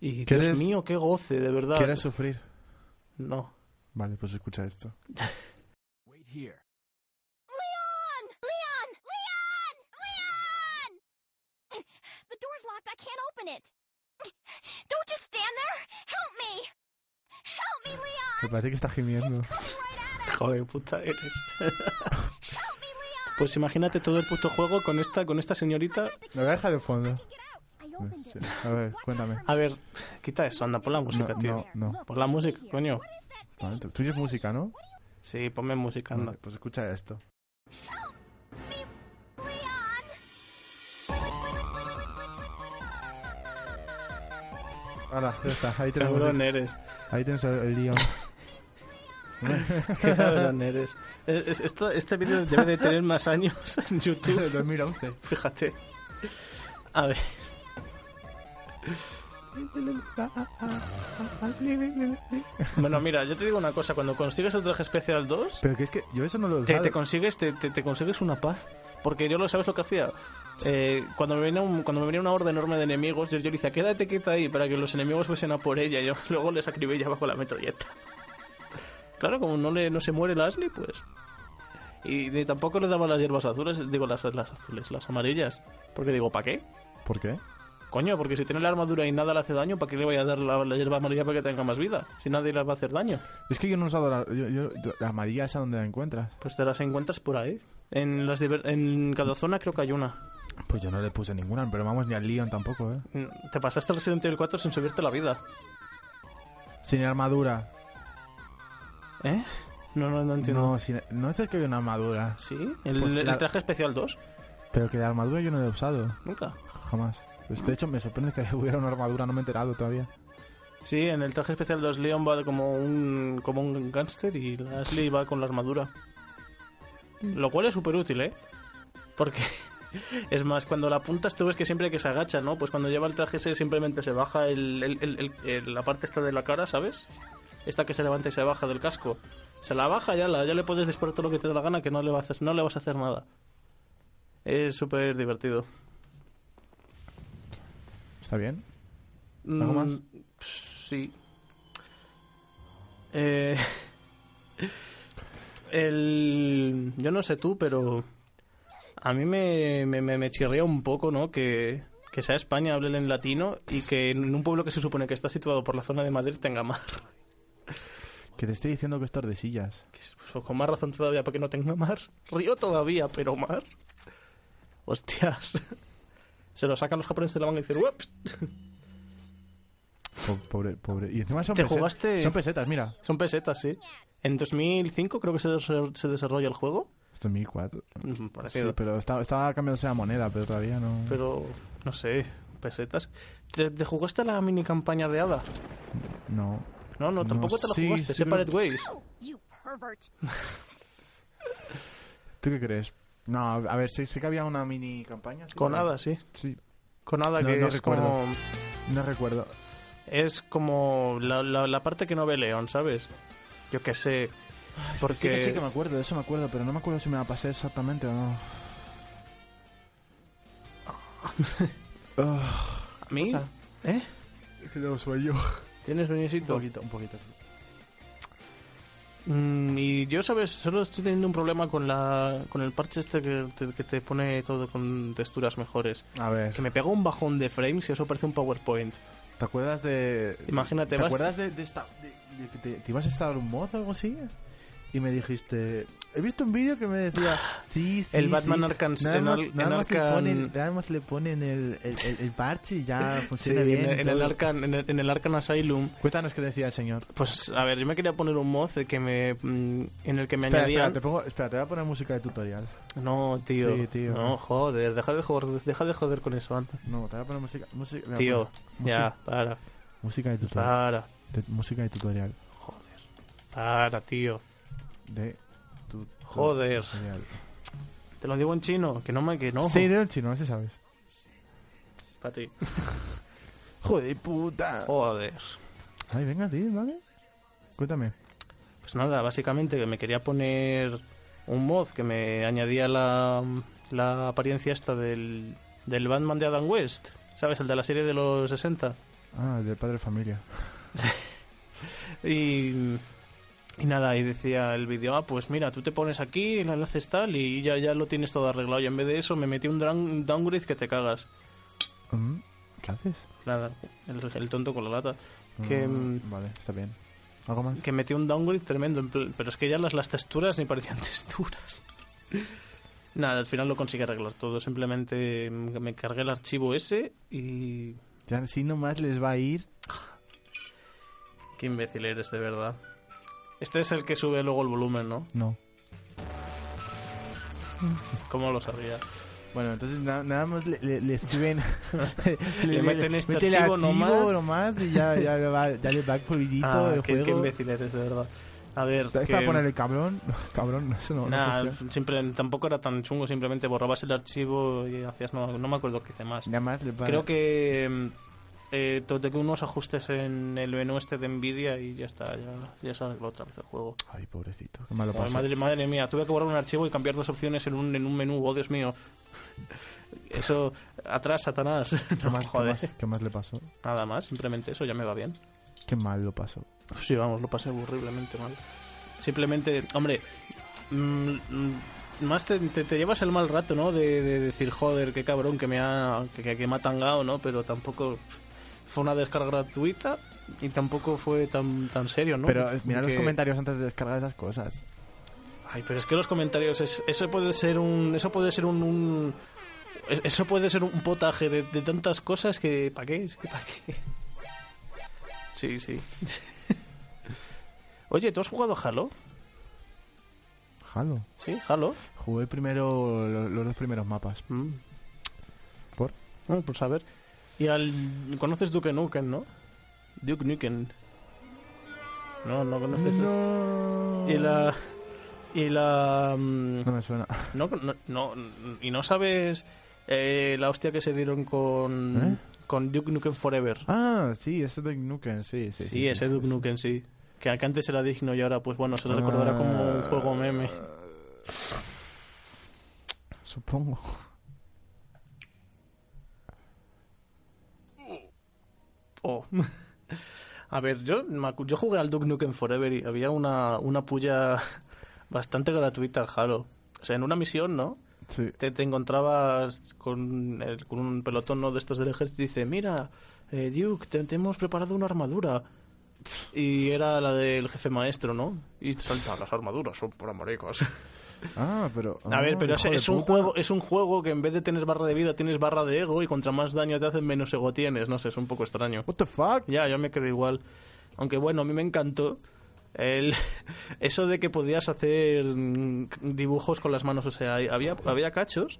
B: Y Dios
A: ¿Quieres-
B: mío, qué goce, de verdad.
A: ¿Quieres sufrir?
B: No.
A: Vale, pues escucha esto.
I: Wait here.
J: Leon! Leon! Leon! Leon! The door's locked. I can't open
K: infinite. Don't just stand there. Help me. Help me, Leon.
A: Me parece que está gimiendo.
B: Joder, puta eres. pues imagínate todo el puto juego con esta, con esta señorita.
A: La deja de fondo. Sí. A ver, cuéntame.
B: A ver, quita eso, anda, pon la música,
A: No,
B: tío.
A: no, no.
B: Pon la música, coño.
A: Vale, tú, tú oyes música, ¿no?
B: Sí, ponme música, anda.
A: Vale, pues escucha esto. Hala, ya está. Ahí tenemos,
B: Cabrón eres.
A: ahí tenemos el Leon.
B: Qué cabrón eres. Es- es- esto- este vídeo debe de tener más años en YouTube.
A: De 2011.
B: Fíjate. A ver. Bueno, mira, yo te digo una cosa. Cuando consigues el traje especial 2,
A: Pero que es que yo eso no lo he
B: te,
A: usado.
B: te consigues te, te- te consigues una paz. Porque yo lo sabes lo que hacía. Eh, cuando, me venía un- cuando me venía una horda enorme de enemigos, yo, yo le decía, quédate quieta ahí para que los enemigos fuesen a por ella. Y yo luego les acribé bajo la metralleta. Claro, como no, le, no se muere la Ashley, pues. Y ni tampoco le daba las hierbas azules, digo las, las azules, las amarillas. Porque digo, ¿para qué?
A: ¿Por qué?
B: Coño, porque si tiene la armadura y nada le hace daño, ¿para qué le voy a dar la, la hierba amarilla para que tenga más vida? Si nadie le va a hacer daño.
A: Es que yo no he usado la, yo, yo- yo- la amarilla esa donde la encuentras.
B: Pues te las encuentras por ahí. En, las diver- en cada zona creo que hay una.
A: Pues yo no le puse ninguna, pero vamos, ni al Leon tampoco, ¿eh?
B: Mm, Te pasaste Resident Evil 4 sin subirte la vida.
A: Sin armadura.
B: ¿Eh? No, no, no entiendo.
A: No, sin, no es que hay una armadura.
B: ¿Sí? El,
A: Pues
B: el
A: la-
B: traje especial 2.
A: Pero que la armadura yo no la he usado.
B: Nunca.
A: Jamás. Pues de hecho, me sorprende que hubiera una armadura, no me he enterado todavía.
B: Sí, en el traje especial 2 Leon va como un, como un gángster y la Ashley va con la armadura. Lo cual es súper útil, ¿eh? Porque es más, cuando la apuntas tú ves que siempre que se agacha, ¿no? Pues cuando lleva el traje ese simplemente se baja el, el- el- el- el- la parte esta de la cara, ¿sabes? Esta que se levanta y se baja del casco. Se la baja, ya, la, ya le puedes disparar todo lo que te dé la gana que no le vas a, no le vas a hacer nada. Es súper divertido.
A: ¿Está bien? ¿Algo más?
B: Mm, Sí. Eh, el, yo no sé tú, pero a mí me, me, me- me chirría un poco, ¿no? Que, que sea España, hablen en latino y que en un pueblo que se supone que está situado por la zona de Madrid tenga mar.
A: Que te estoy diciendo que es Tordesillas.
B: Pues con más razón todavía para que no tenga mar. Río todavía, pero mar. Hostias. Se lo sacan los japoneses de la manga y dicen, "Ueps".
A: Po- Pobre, pobre. Y encima son
B: Te
A: pesetas.
B: jugaste-
A: Son pesetas, mira.
B: Son pesetas, sí. En 2005 creo que se, des- se desarrolla el juego.
A: Esto es 1004.
B: Mm,
A: Sí,
B: parecido.
A: pero está- estaba cambiándose la moneda, pero todavía no.
B: Pero, no sé, pesetas. ¿Te, te jugaste la mini campaña de Hada?
A: No.
B: No, no, tampoco te la
A: sí,
B: jugaste.
A: sí,
B: Separate
A: lo-
B: Ways.
K: You pervert.
A: ¿Tú qué crees? No, a ver, sí, sí que había una mini campaña. sí,
B: Con
A: pero-
B: Hada, sí.
A: Sí.
B: Con Hada,
A: No,
B: que
A: no
B: es
A: recuerdo.
B: como...
A: No recuerdo.
B: Es como la, la, la parte que no ve León, ¿sabes? Yo qué sé. Porque...
A: Sí, que sí que me acuerdo, de eso me acuerdo, pero no me acuerdo si me la pasé exactamente o no. Ah,
B: ¿A mí?
A: o sea,
B: ¿Eh?
A: es que tengo sueño.
B: ¿Tienes
A: Un
B: venecito?
A: poquito, un poquito.
B: Mm, y yo, ¿sabes? Solo estoy teniendo un problema con la con el parche este que te, que te pone todo con texturas mejores.
A: A ver,
B: Que me pega un bajón de frames y eso parece un PowerPoint.
A: ¿te acuerdas de.
B: Imagínate,
A: ¿Te
B: vas-
A: acuerdas de, de esta. de- de que te, te ibas a instalar un mod o algo así? Y me dijiste. He visto un vídeo que me decía. Sí, sí.
B: El Batman
A: sí,
B: Arkham-
A: Nada
B: en
A: más,
B: Ar-
A: nada
B: en
A: más le
B: Arkham-
A: ponen, nada más le ponen el, el, el- el parche y ya
B: Sí,
A: funciona
B: en,
A: bien.
B: el- en el
A: todo.
B: Arcan, en, el, en el Arcan Asylum.
A: Cuéntanos qué decía el señor.
B: Pues a ver, yo me quería poner un mod de que me, mm, en el que me
A: Espera,
B: añadían.
A: espera, te pongo, espera, te voy a poner música de tutorial.
B: No, tío.
A: Sí, tío.
B: No, joder, deja de joder, deja de joder con eso antes.
A: No, te voy a poner música. música mira,
B: Tío, Ah.
A: pon-
B: ya,
A: música-
B: para,
A: Música de tutorial.
B: para,
A: de- música de tutorial.
B: para, tío.
A: De tu-
B: Joder.
A: tutorial.
B: Te lo digo en chino, que no me que no.
A: Sí, de un chino, ese sabes.
B: Para ti.
A: Joder, puta.
B: Joder.
A: Ay, venga, tío, ¿vale? Cuéntame.
B: Pues nada, básicamente que me quería poner un mod que me añadía la, la apariencia esta del, del Batman de Adam West. ¿Sabes? El de la serie de los 60.
A: Ah, el del padre de familia.
B: Y, y nada, y decía el vídeo, ah, pues mira, tú te pones aquí, el enlace es tal y ya, ya lo tienes todo arreglado. Y en vez de eso me metí un dran- un downgrade que te cagas.
A: Mm. ¿Qué haces?
B: Nada, el, el tonto con la lata. Que,
A: Mm,
B: mm,
A: Vale, está bien. ¿Algo más?
B: que metió un downgrade tremendo. en pl- Pero es que ya las, las texturas ni parecían texturas. Nada, al final lo consigue arreglar todo. Simplemente mm, me cargué el archivo ese y.
A: Ya así nomás les va a ir.
B: Qué imbécil eres, de verdad. Este es el que sube luego el volumen, ¿no?
A: No.
B: ¿Cómo lo sabía?
A: Bueno, entonces na- nada más le, le, le suben.
B: Le meten este
A: mete el
B: archivo nomás.
A: y ya, ya le va, ya le va fluidito
B: Ah,
A: el
B: qué,
A: juego.
B: qué imbécil eres, de verdad. A ver,
A: ¿Sabes
B: que-
A: para poner el cabrón? cabrón, eso no. no
B: Nah,
A: funciona.
B: simple- tampoco era tan chungo, simplemente borrabas el archivo y hacías, no, no me acuerdo qué hice más.
A: Nada más le va-
B: Creo que mm, eh, toqué unos ajustes en el menú este de Nvidia y ya está, ya, ya se arregló otra vez el juego.
A: Ay, pobrecito, qué malo
B: Ay,
A: pasa.
B: madre, madre mía, tuve que borrar un archivo y cambiar dos opciones en un, en un menú, oh Dios mío. Eso, atrás, Satanás.
A: ¿Qué,
B: No,
A: más, qué
B: joder.
A: más- qué más le pasó?
B: Nada más, simplemente eso ya me va bien.
A: Qué mal lo pasó.
B: Sí, vamos, lo pasé horriblemente mal. Simplemente, hombre, mm, mm, más te, te- te llevas el mal rato, ¿no? De, de decir, joder, qué cabrón que me ha, que, que- que me ha tangado, ¿no? Pero tampoco fue una descarga gratuita y tampoco fue tan, tan serio, ¿no? pues,
A: Pero eh, mira los
B: Que-
A: comentarios antes de descargar esas cosas.
B: Ay, pero es que los comentarios, es- eso puede ser un, eso puede ser un, un- es- eso puede ser un potaje de, de tantas cosas que, ¿para qué? Es que ¿Para qué? Sí, sí. Oye, ¿tú has jugado a Halo?
A: Halo.
B: Sí, Halo.
A: Jugué primero lo- los dos primeros mapas.
B: Mm.
A: ¿Por?
B: Bueno, pues a ver. Y al... ¿Conoces Duke Nukem, no? Duke Nukem. No, no conoces.
A: No.
B: Y la... Y la... mm,
A: No me suena.
B: No, no, no, n- y no sabes eh, la hostia que se dieron con, con Duke Nukem Forever.
A: Ah, sí, ese Duke Nukem, sí, sí.
B: sí, ese Duke Nukem, sí. Que al que antes era digno y ahora, pues bueno, se lo
A: Ah.
B: recordará como un juego meme.
A: Supongo.
B: Oh. A ver, yo, me acu- yo jugué al Duke Nukem Forever y había una, una puya bastante gratuita al Halo. O sea, en una misión, ¿no?
A: Sí.
B: Te, te encontrabas con, el- con un pelotón ¿no? de estos del ejército y dice, mira, eh, Duke, te, te hemos preparado una armadura. Y era la del jefe maestro, ¿no? Y salta, las armaduras son para maricos.
A: Ah, pero.
B: A ver,
A: ah,
B: pero es,
A: hijo de
B: es un
A: puta.
B: juego, es un juego que en vez de tener barra de vida tienes barra de ego y contra más daño te hacen menos ego tienes. No sé, es un poco extraño.
A: What the fuck?
B: Ya, yo me quedé igual. Aunque bueno, a mí me encantó el eso de que podías hacer mm, dibujos con las manos. O sea, hay- había, había cachos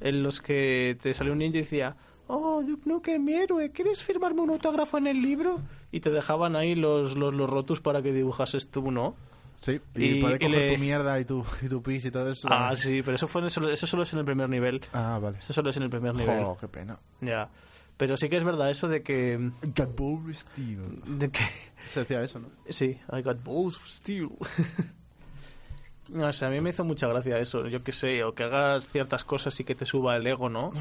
B: en los que te salió un ninja y decía, oh, Duke Nukem, mi héroe, ¿quieres firmarme un autógrafo en el libro? Y te dejaban ahí los, los, los rotus para que dibujases tú, ¿no?
A: Sí, y,
B: Y-
A: poder
B: y
A: coger
B: le-
A: tu mierda y tu, y tu pis y todo eso.
B: Ah, sí, pero eso, fue en el solo- eso solo es en el primer nivel.
A: Ah, vale.
B: Eso solo es en el primer nivel.
A: Jo, qué pena.
B: Ya. Pero sí que es verdad eso de que...
A: Got Bow Steel.
B: De que
A: Se decía eso, ¿no?
B: Sí, I got balls of steel. no, o sea, a mí me hizo mucha gracia eso, yo qué sé, o que hagas ciertas cosas y que te suba el ego, ¿no?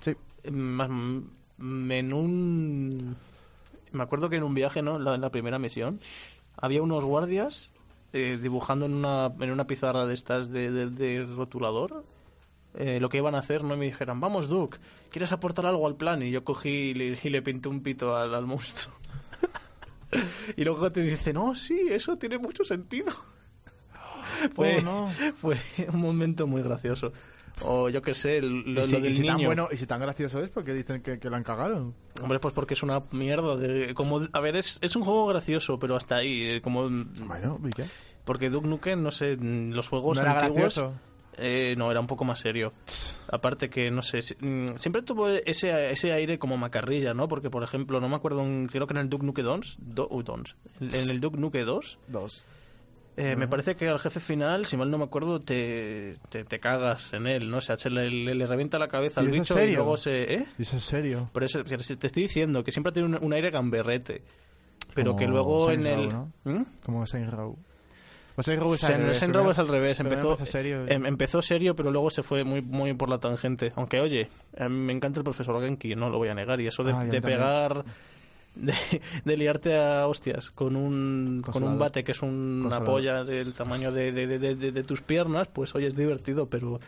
A: Sí.
B: Más, mm, en un... Me acuerdo que en un viaje, ¿no? La- en la primera misión, había unos guardias eh, dibujando en una, en una pizarra de estas de, de- de rotulador eh, lo que iban a hacer, ¿no? Y me dijeron, vamos, Duke, ¿quieres aportar algo al plan? Y yo cogí y le, y le pinté un pito al, al monstruo. y luego te dice, no, sí, eso tiene mucho sentido.
A: Oh,
B: fue,
A: Pues, no.
B: fue un momento muy gracioso. O yo qué sé, lo,
A: Y
B: lo
A: si, y
B: del
A: si tan
B: niño.
A: bueno y si tan gracioso es, porque dicen que, que la han cagado.
B: Hombre, pues porque es una mierda. De, como, a ver, es, es un juego gracioso, pero hasta ahí. eh, Como,
A: Bueno, ¿y qué?
B: porque Duke Nukem, no sé, mm, los juegos
A: ¿No era
B: antiguos...
A: gracioso?
B: Eh, no, era un poco más serio. Aparte que, no sé, si- mm, siempre tuvo ese, ese aire como macarrilla, ¿no? Porque, por ejemplo, no me acuerdo, en- creo que en el Duke Nukem 2... do- uh, 2, en el Duke Nukem 2...
A: Dos.
B: eh, Me parece que al jefe final, si mal no me acuerdo, te, te, te cagas en él, ¿no? O sea, se le, le- le revienta la cabeza
A: ¿Y
B: al
A: eso es
B: bicho y
A: serio?
B: luego se... ¿eh?
A: ¿Y eso es serio?
B: Por eso si- si te estoy diciendo que siempre tiene un, un aire gamberrete. Pero
A: Como
B: que luego en
A: Saints
B: el.
A: Row,
B: ¿Mm?
A: Como Saints Row. O Saints Row
B: O
A: es
B: sea,
A: al
B: en el
A: revés.
B: Saints Row
A: primero-
B: es al revés.
A: primero
B: Empezó,
A: empieza serio.
B: em- empezó serio, pero luego se fue muy, muy por la tangente. Aunque, oye, a mí me encanta el profesor Genki, no lo voy a negar. Y eso de,
A: Ah, y a mí
B: de
A: también.
B: pegar. De, de liarte a hostias con un, con
A: Consolador.
B: un bate que es un- una
A: Consolador.
B: polla del tamaño de, de- de- de- de- de tus piernas, pues oye, es divertido, pero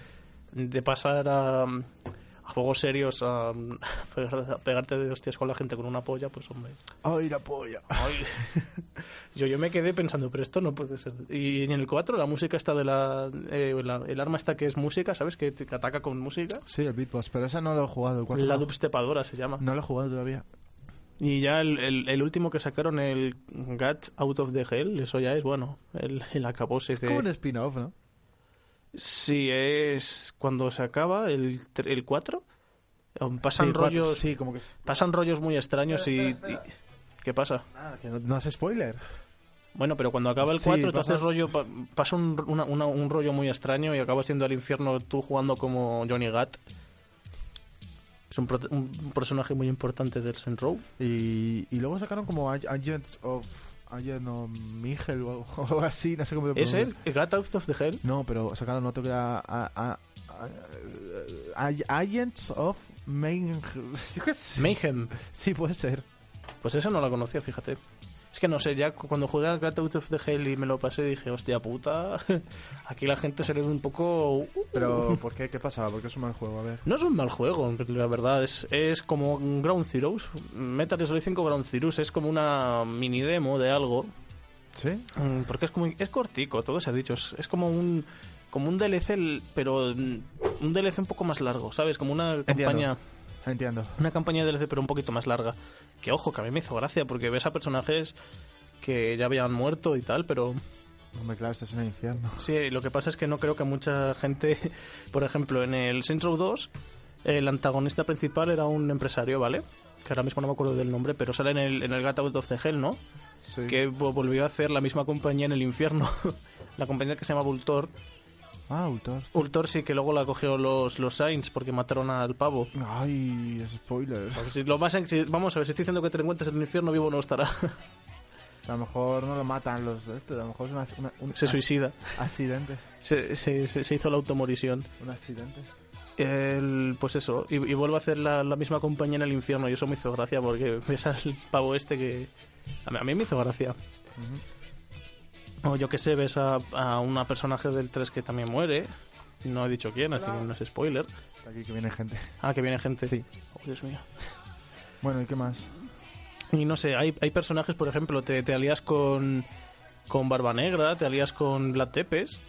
B: de pasar a. a juegos serios, a, a pegarte de hostias con la gente con una polla, pues hombre.
A: Ay, la polla.
B: Yo, yo me quedé pensando, pero esto no puede ser. Y en el 4 la música está de la, eh, la- El arma esta que es música, ¿sabes? Que te ataca con música.
A: Sí, el beatbox, pero esa no lo he jugado. el cuarto
B: La
A: no.
B: dubstepadora se llama.
A: No lo he jugado todavía.
B: Y ya el, el- el último que sacaron, el Gat Out of the Hell, eso ya es, bueno, el, el acabose de...
A: Como un spin-off, ¿no?
B: Sí, es cuando se acaba el, tre- el 4. um, Pasan
A: Sí, cuatro,
B: rollos...
A: sí, como que-
B: Pasan rollos muy extraños
A: Espera,
B: y,
A: espera, espera.
B: y- ¿Qué pasa?
A: que no, no hace spoiler.
B: Bueno, pero cuando acaba el
A: Sí,
B: 4 te
A: pasa-
B: haces rollo... pa- pasa un, una- una- un rollo muy extraño y acabas yendo al infierno tú jugando como Johnny Gat. Es un, prote- un personaje muy importante del Senrow.
A: Y, y luego sacaron como Ag- Agent of... Agent of Miguel o algo- o algo así, no sé cómo lo
B: ¿Es
A: pronuncio.
B: él? ¿El Gat Eh, Out of the Hell?
A: No, pero sacaron otro que era... a- a- a- a- Agents of Mayhem. Yo qué sé.
B: Mayhem.
A: Sí, puede ser.
B: Pues eso no la conocía, fíjate. Es que no sé, ya cu- cuando jugué al Cat Out of the Hell y me lo pasé, dije, hostia puta, aquí la gente se le da un poco...
A: Pero, ¿por qué? ¿Qué pasaba? Porque es un mal juego, a ver.
B: No es un mal juego, la verdad, es, es como un Ground Zeroes. Metal Slug 5 Ground Zeroes es como una mini demo de algo.
A: ¿Sí?
B: Mm, Porque es como es cortico, todo se ha dicho. Es, es como un como un DLC, l- pero mm, un DLC un poco más largo, ¿sabes? Como una campaña...
A: Entiendo.
B: Una campaña de DLC pero un poquito más larga. Que ojo, que a mí me hizo gracia porque ves a personajes que ya habían muerto y tal, pero
A: Hombre, claro, esto es un infierno.
B: sí, lo que pasa es que no creo que mucha gente, por ejemplo, en el Saints Row 2, el antagonista principal era un empresario, ¿vale? Que ahora mismo no me acuerdo del nombre, pero sale en el, en el Gat Out of the Hell, ¿no?
A: Sí.
B: Que vo- volvió a hacer la misma compañía en el infierno. la compañía que se llama Vultor.
A: Ah, Ultor.
B: Ultor sí que luego la cogió los, los Saints porque mataron al pavo.
A: Ay, spoiler.
B: Pues si lo más en- si- vamos a ver, si estoy diciendo que te lo encuentres en el infierno vivo no estará.
A: A lo mejor no lo matan los de estos, a lo mejor es una- una- un
B: Se
A: ac-
B: suicida.
A: Accidente,
B: Se, se- se- se hizo la automorisión.
A: un accidente.
B: El- pues eso, y, y vuelve a hacer la, la misma compañía en el infierno y eso me hizo gracia porque ves al pavo este que... A mí, a mí me hizo gracia. O yo que sé, ves a, a una personaje del 3 que también muere. No he dicho quién, así que no es spoiler.
A: Está aquí que viene gente.
B: Ah, que viene gente.
A: Sí.
B: Oh, Dios mío.
A: Bueno, ¿y qué más?
B: Y no sé, hay, hay personajes, por ejemplo, te, te alías con, con Barba Negra, te alías con Vlad Tepes.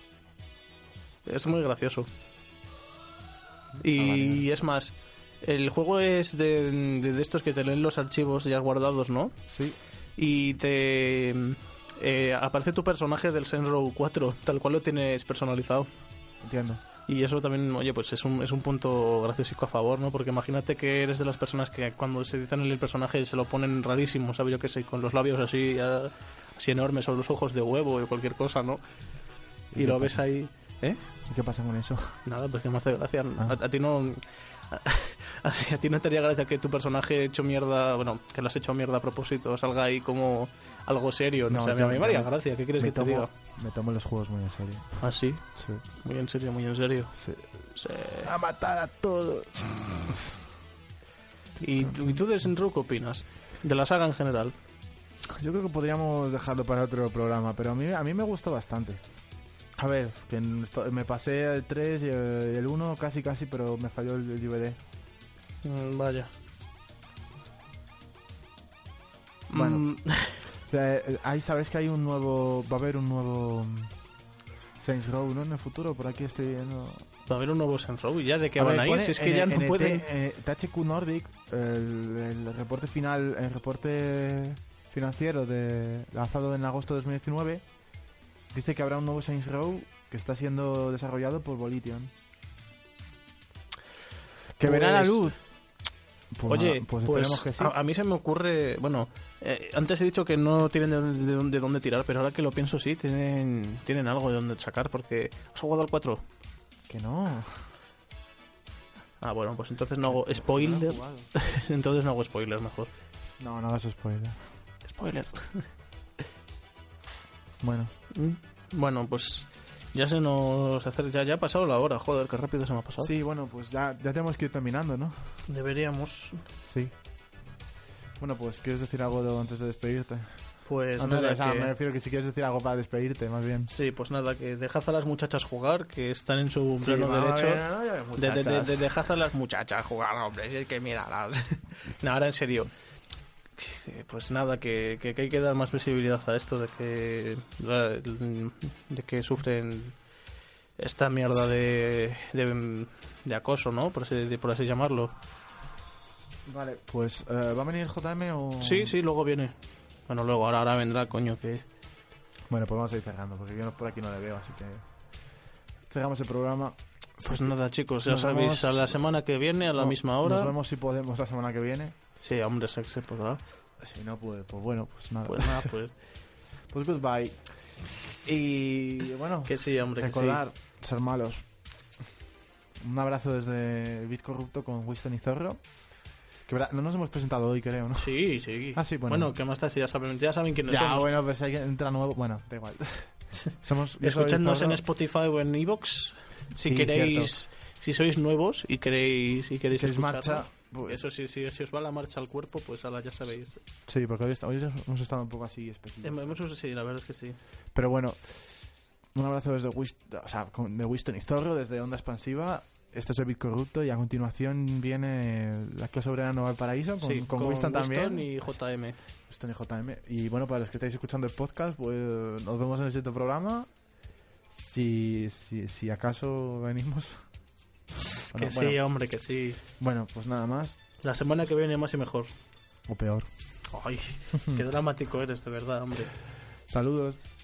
B: Es muy gracioso. Y es más, el juego es de, de- de estos que te leen los archivos ya guardados, ¿no?
A: Sí.
B: Y te... eh, aparece tu personaje del Saints Row 4, tal cual lo tienes personalizado.
A: Entiendo.
B: Y eso también, oye, pues es un, es un punto graciosico a favor, ¿no? Porque imagínate que eres de las personas que cuando se editan el personaje se lo ponen rarísimo, ¿sabes? Yo qué sé, con los labios así, ah, así enormes o los ojos de huevo o cualquier cosa, ¿no?
A: ¿Y
B: Y
A: qué
B: lo
A: pasa?
B: ves ahí... ¿Eh?
A: ¿Y qué pasa con eso?
B: Nada, pues que me hace gracia.
A: Ah.
B: A, a ti no... A, a ti no te haría gracia que tu personaje hecho mierda, bueno, que lo has hecho mierda a propósito, salga ahí como algo serio. No, sé, a mí- a mí me haría gracia, ¿qué quieres
A: me
B: que te
A: tomo-
B: diga?
A: Me tomo los juegos muy en serio.
B: ¿Ah, sí?
A: Sí.
B: Muy en serio, muy en serio.
A: Sí.
B: Sí.
A: A matar a todos.
B: ¿Y tú, y tú de Sinru qué opinas? De la saga en general.
A: Yo creo que podríamos dejarlo para otro programa, pero a mí, a mí me gustó bastante. A ver, que en esto- me pasé el 3 y el el 1 casi casi, pero me falló el el DVD.
B: Mm, Vaya.
A: Bueno.
B: Mm,
A: Eh, eh, ahí sabes que hay un nuevo. Va a haber un nuevo. mm, Saints Row, ¿no? En el futuro, por aquí estoy viendo.
B: va a haber un nuevo Saints Row. ¿Ya de qué
A: A
B: van
A: ver,
B: a ir?
A: pone
B: Si es que
A: en
B: ya
A: el-
B: no
A: en el
B: pueden.
A: T- eh, THQ Nordic, el, el reporte final, el reporte financiero de, lanzado en agosto de 2019, dice que habrá un nuevo Saints Row que está siendo desarrollado por Volition. Que verá la
B: Pues-
A: luz. Pues
B: Oye,
A: nada, pues
B: pues,
A: esperemos que sí.
B: a, a mí se me ocurre. Bueno, eh, antes he dicho que no tienen de, de dónde, de dónde tirar, pero ahora que lo pienso, sí, tienen, tienen algo de dónde sacar. Porque. ¿Has jugado al 4?
A: Que no.
B: Ah, bueno, pues entonces no hago spoiler.
A: jugado.
B: entonces no hago spoiler, mejor.
A: No, no hagas spoiler.
B: Spoiler.
A: Bueno,
B: Bueno, pues. Ya se nos hace. Ya, ya ha pasado la hora, joder, qué rápido se me ha pasado.
A: sí, bueno, pues ya, ya tenemos que ir terminando, ¿no?
B: Deberíamos.
A: Sí. Bueno, pues, ¿quieres decir algo de- antes de despedirte?
B: Pues
A: No, no,
B: nada,
A: o sea,
B: que-
A: me refiero que si quieres decir algo para despedirte, más bien.
B: Sí, pues nada, que dejad a las muchachas jugar, que están en su
A: Sí,
B: pleno
A: mamá,
B: derecho.
A: mira, no, ya ves,
B: de, de- de-
A: muchachas.
B: de- dejad a las muchachas jugar, hombre, si es que mira. las- No, ahora en serio. Eh, Pues nada, que, que- que hay que dar más visibilidad a esto de que, de que sufren esta mierda de, de, de acoso, ¿no? Por así, de- por así llamarlo.
A: Vale, pues eh, ¿va a venir JM o...?
B: Sí, sí, luego viene. Bueno, luego, ahora, ahora vendrá, coño, que...
A: Bueno, pues vamos a ir cerrando, porque yo no- por aquí no le veo, así que... Cerramos el programa.
B: Pues nada, chicos, ya
A: Nos
B: sabéis,
A: vemos-
B: a la semana que viene, a la
A: No,
B: misma hora.
A: Nos vemos si podemos la semana que viene.
B: Sí, hombre, se, se podrá.
A: Si no, pues, pues bueno, pues nada.
B: Pues nada, pues...
A: Pues goodbye. Y bueno,
B: que sí, hombre, que
A: recordar,
B: sí.
A: ser malos. Un abrazo desde Bitcorrupto con Winston y Zorro. Que verdad, no nos hemos presentado hoy, creo, ¿no?
B: Sí, sí.
A: Ah, sí, bueno.
B: ¿qué más da si ya saben, ya saben quiénes
A: ya,
B: somos?
A: bueno, pues pero si alguien entra nuevo, bueno, da igual. Somos, yo soy
B: Escuchadnos en
A: Zorro.
B: Spotify o en Evox si
A: Sí,
B: queréis...
A: cierto.
B: Si sois nuevos y queréis... Y queréis
A: ¿Queréis
B: escucharnos,
A: marcha? Pues-
B: Eso sí, sí, si os va la marcha al cuerpo, pues ala, ya sabéis.
A: Sí, porque hoy, est- hoy hemos estado un poco así específicos.
B: Hemos, hemos- sí, la verdad es que sí.
A: Pero bueno, un abrazo desde Wis- o sea, con- de Winston y Zorro, desde Onda Expansiva. Esto es el Corrupto y a continuación viene la clase obrera Nueva Paraíso con,
B: sí,
A: con Winston también.
B: y JM.
A: Winston y JM. Y bueno, para los que estáis escuchando el podcast, pues nos vemos en el siguiente programa. Si, si, si acaso venimos. Bueno,
B: que sí,
A: bueno.
B: hombre, que sí.
A: Bueno, pues nada más
B: La semana que viene más y mejor.
A: o peor.
B: Ay, qué dramático eres, de verdad, hombre.
A: Saludos.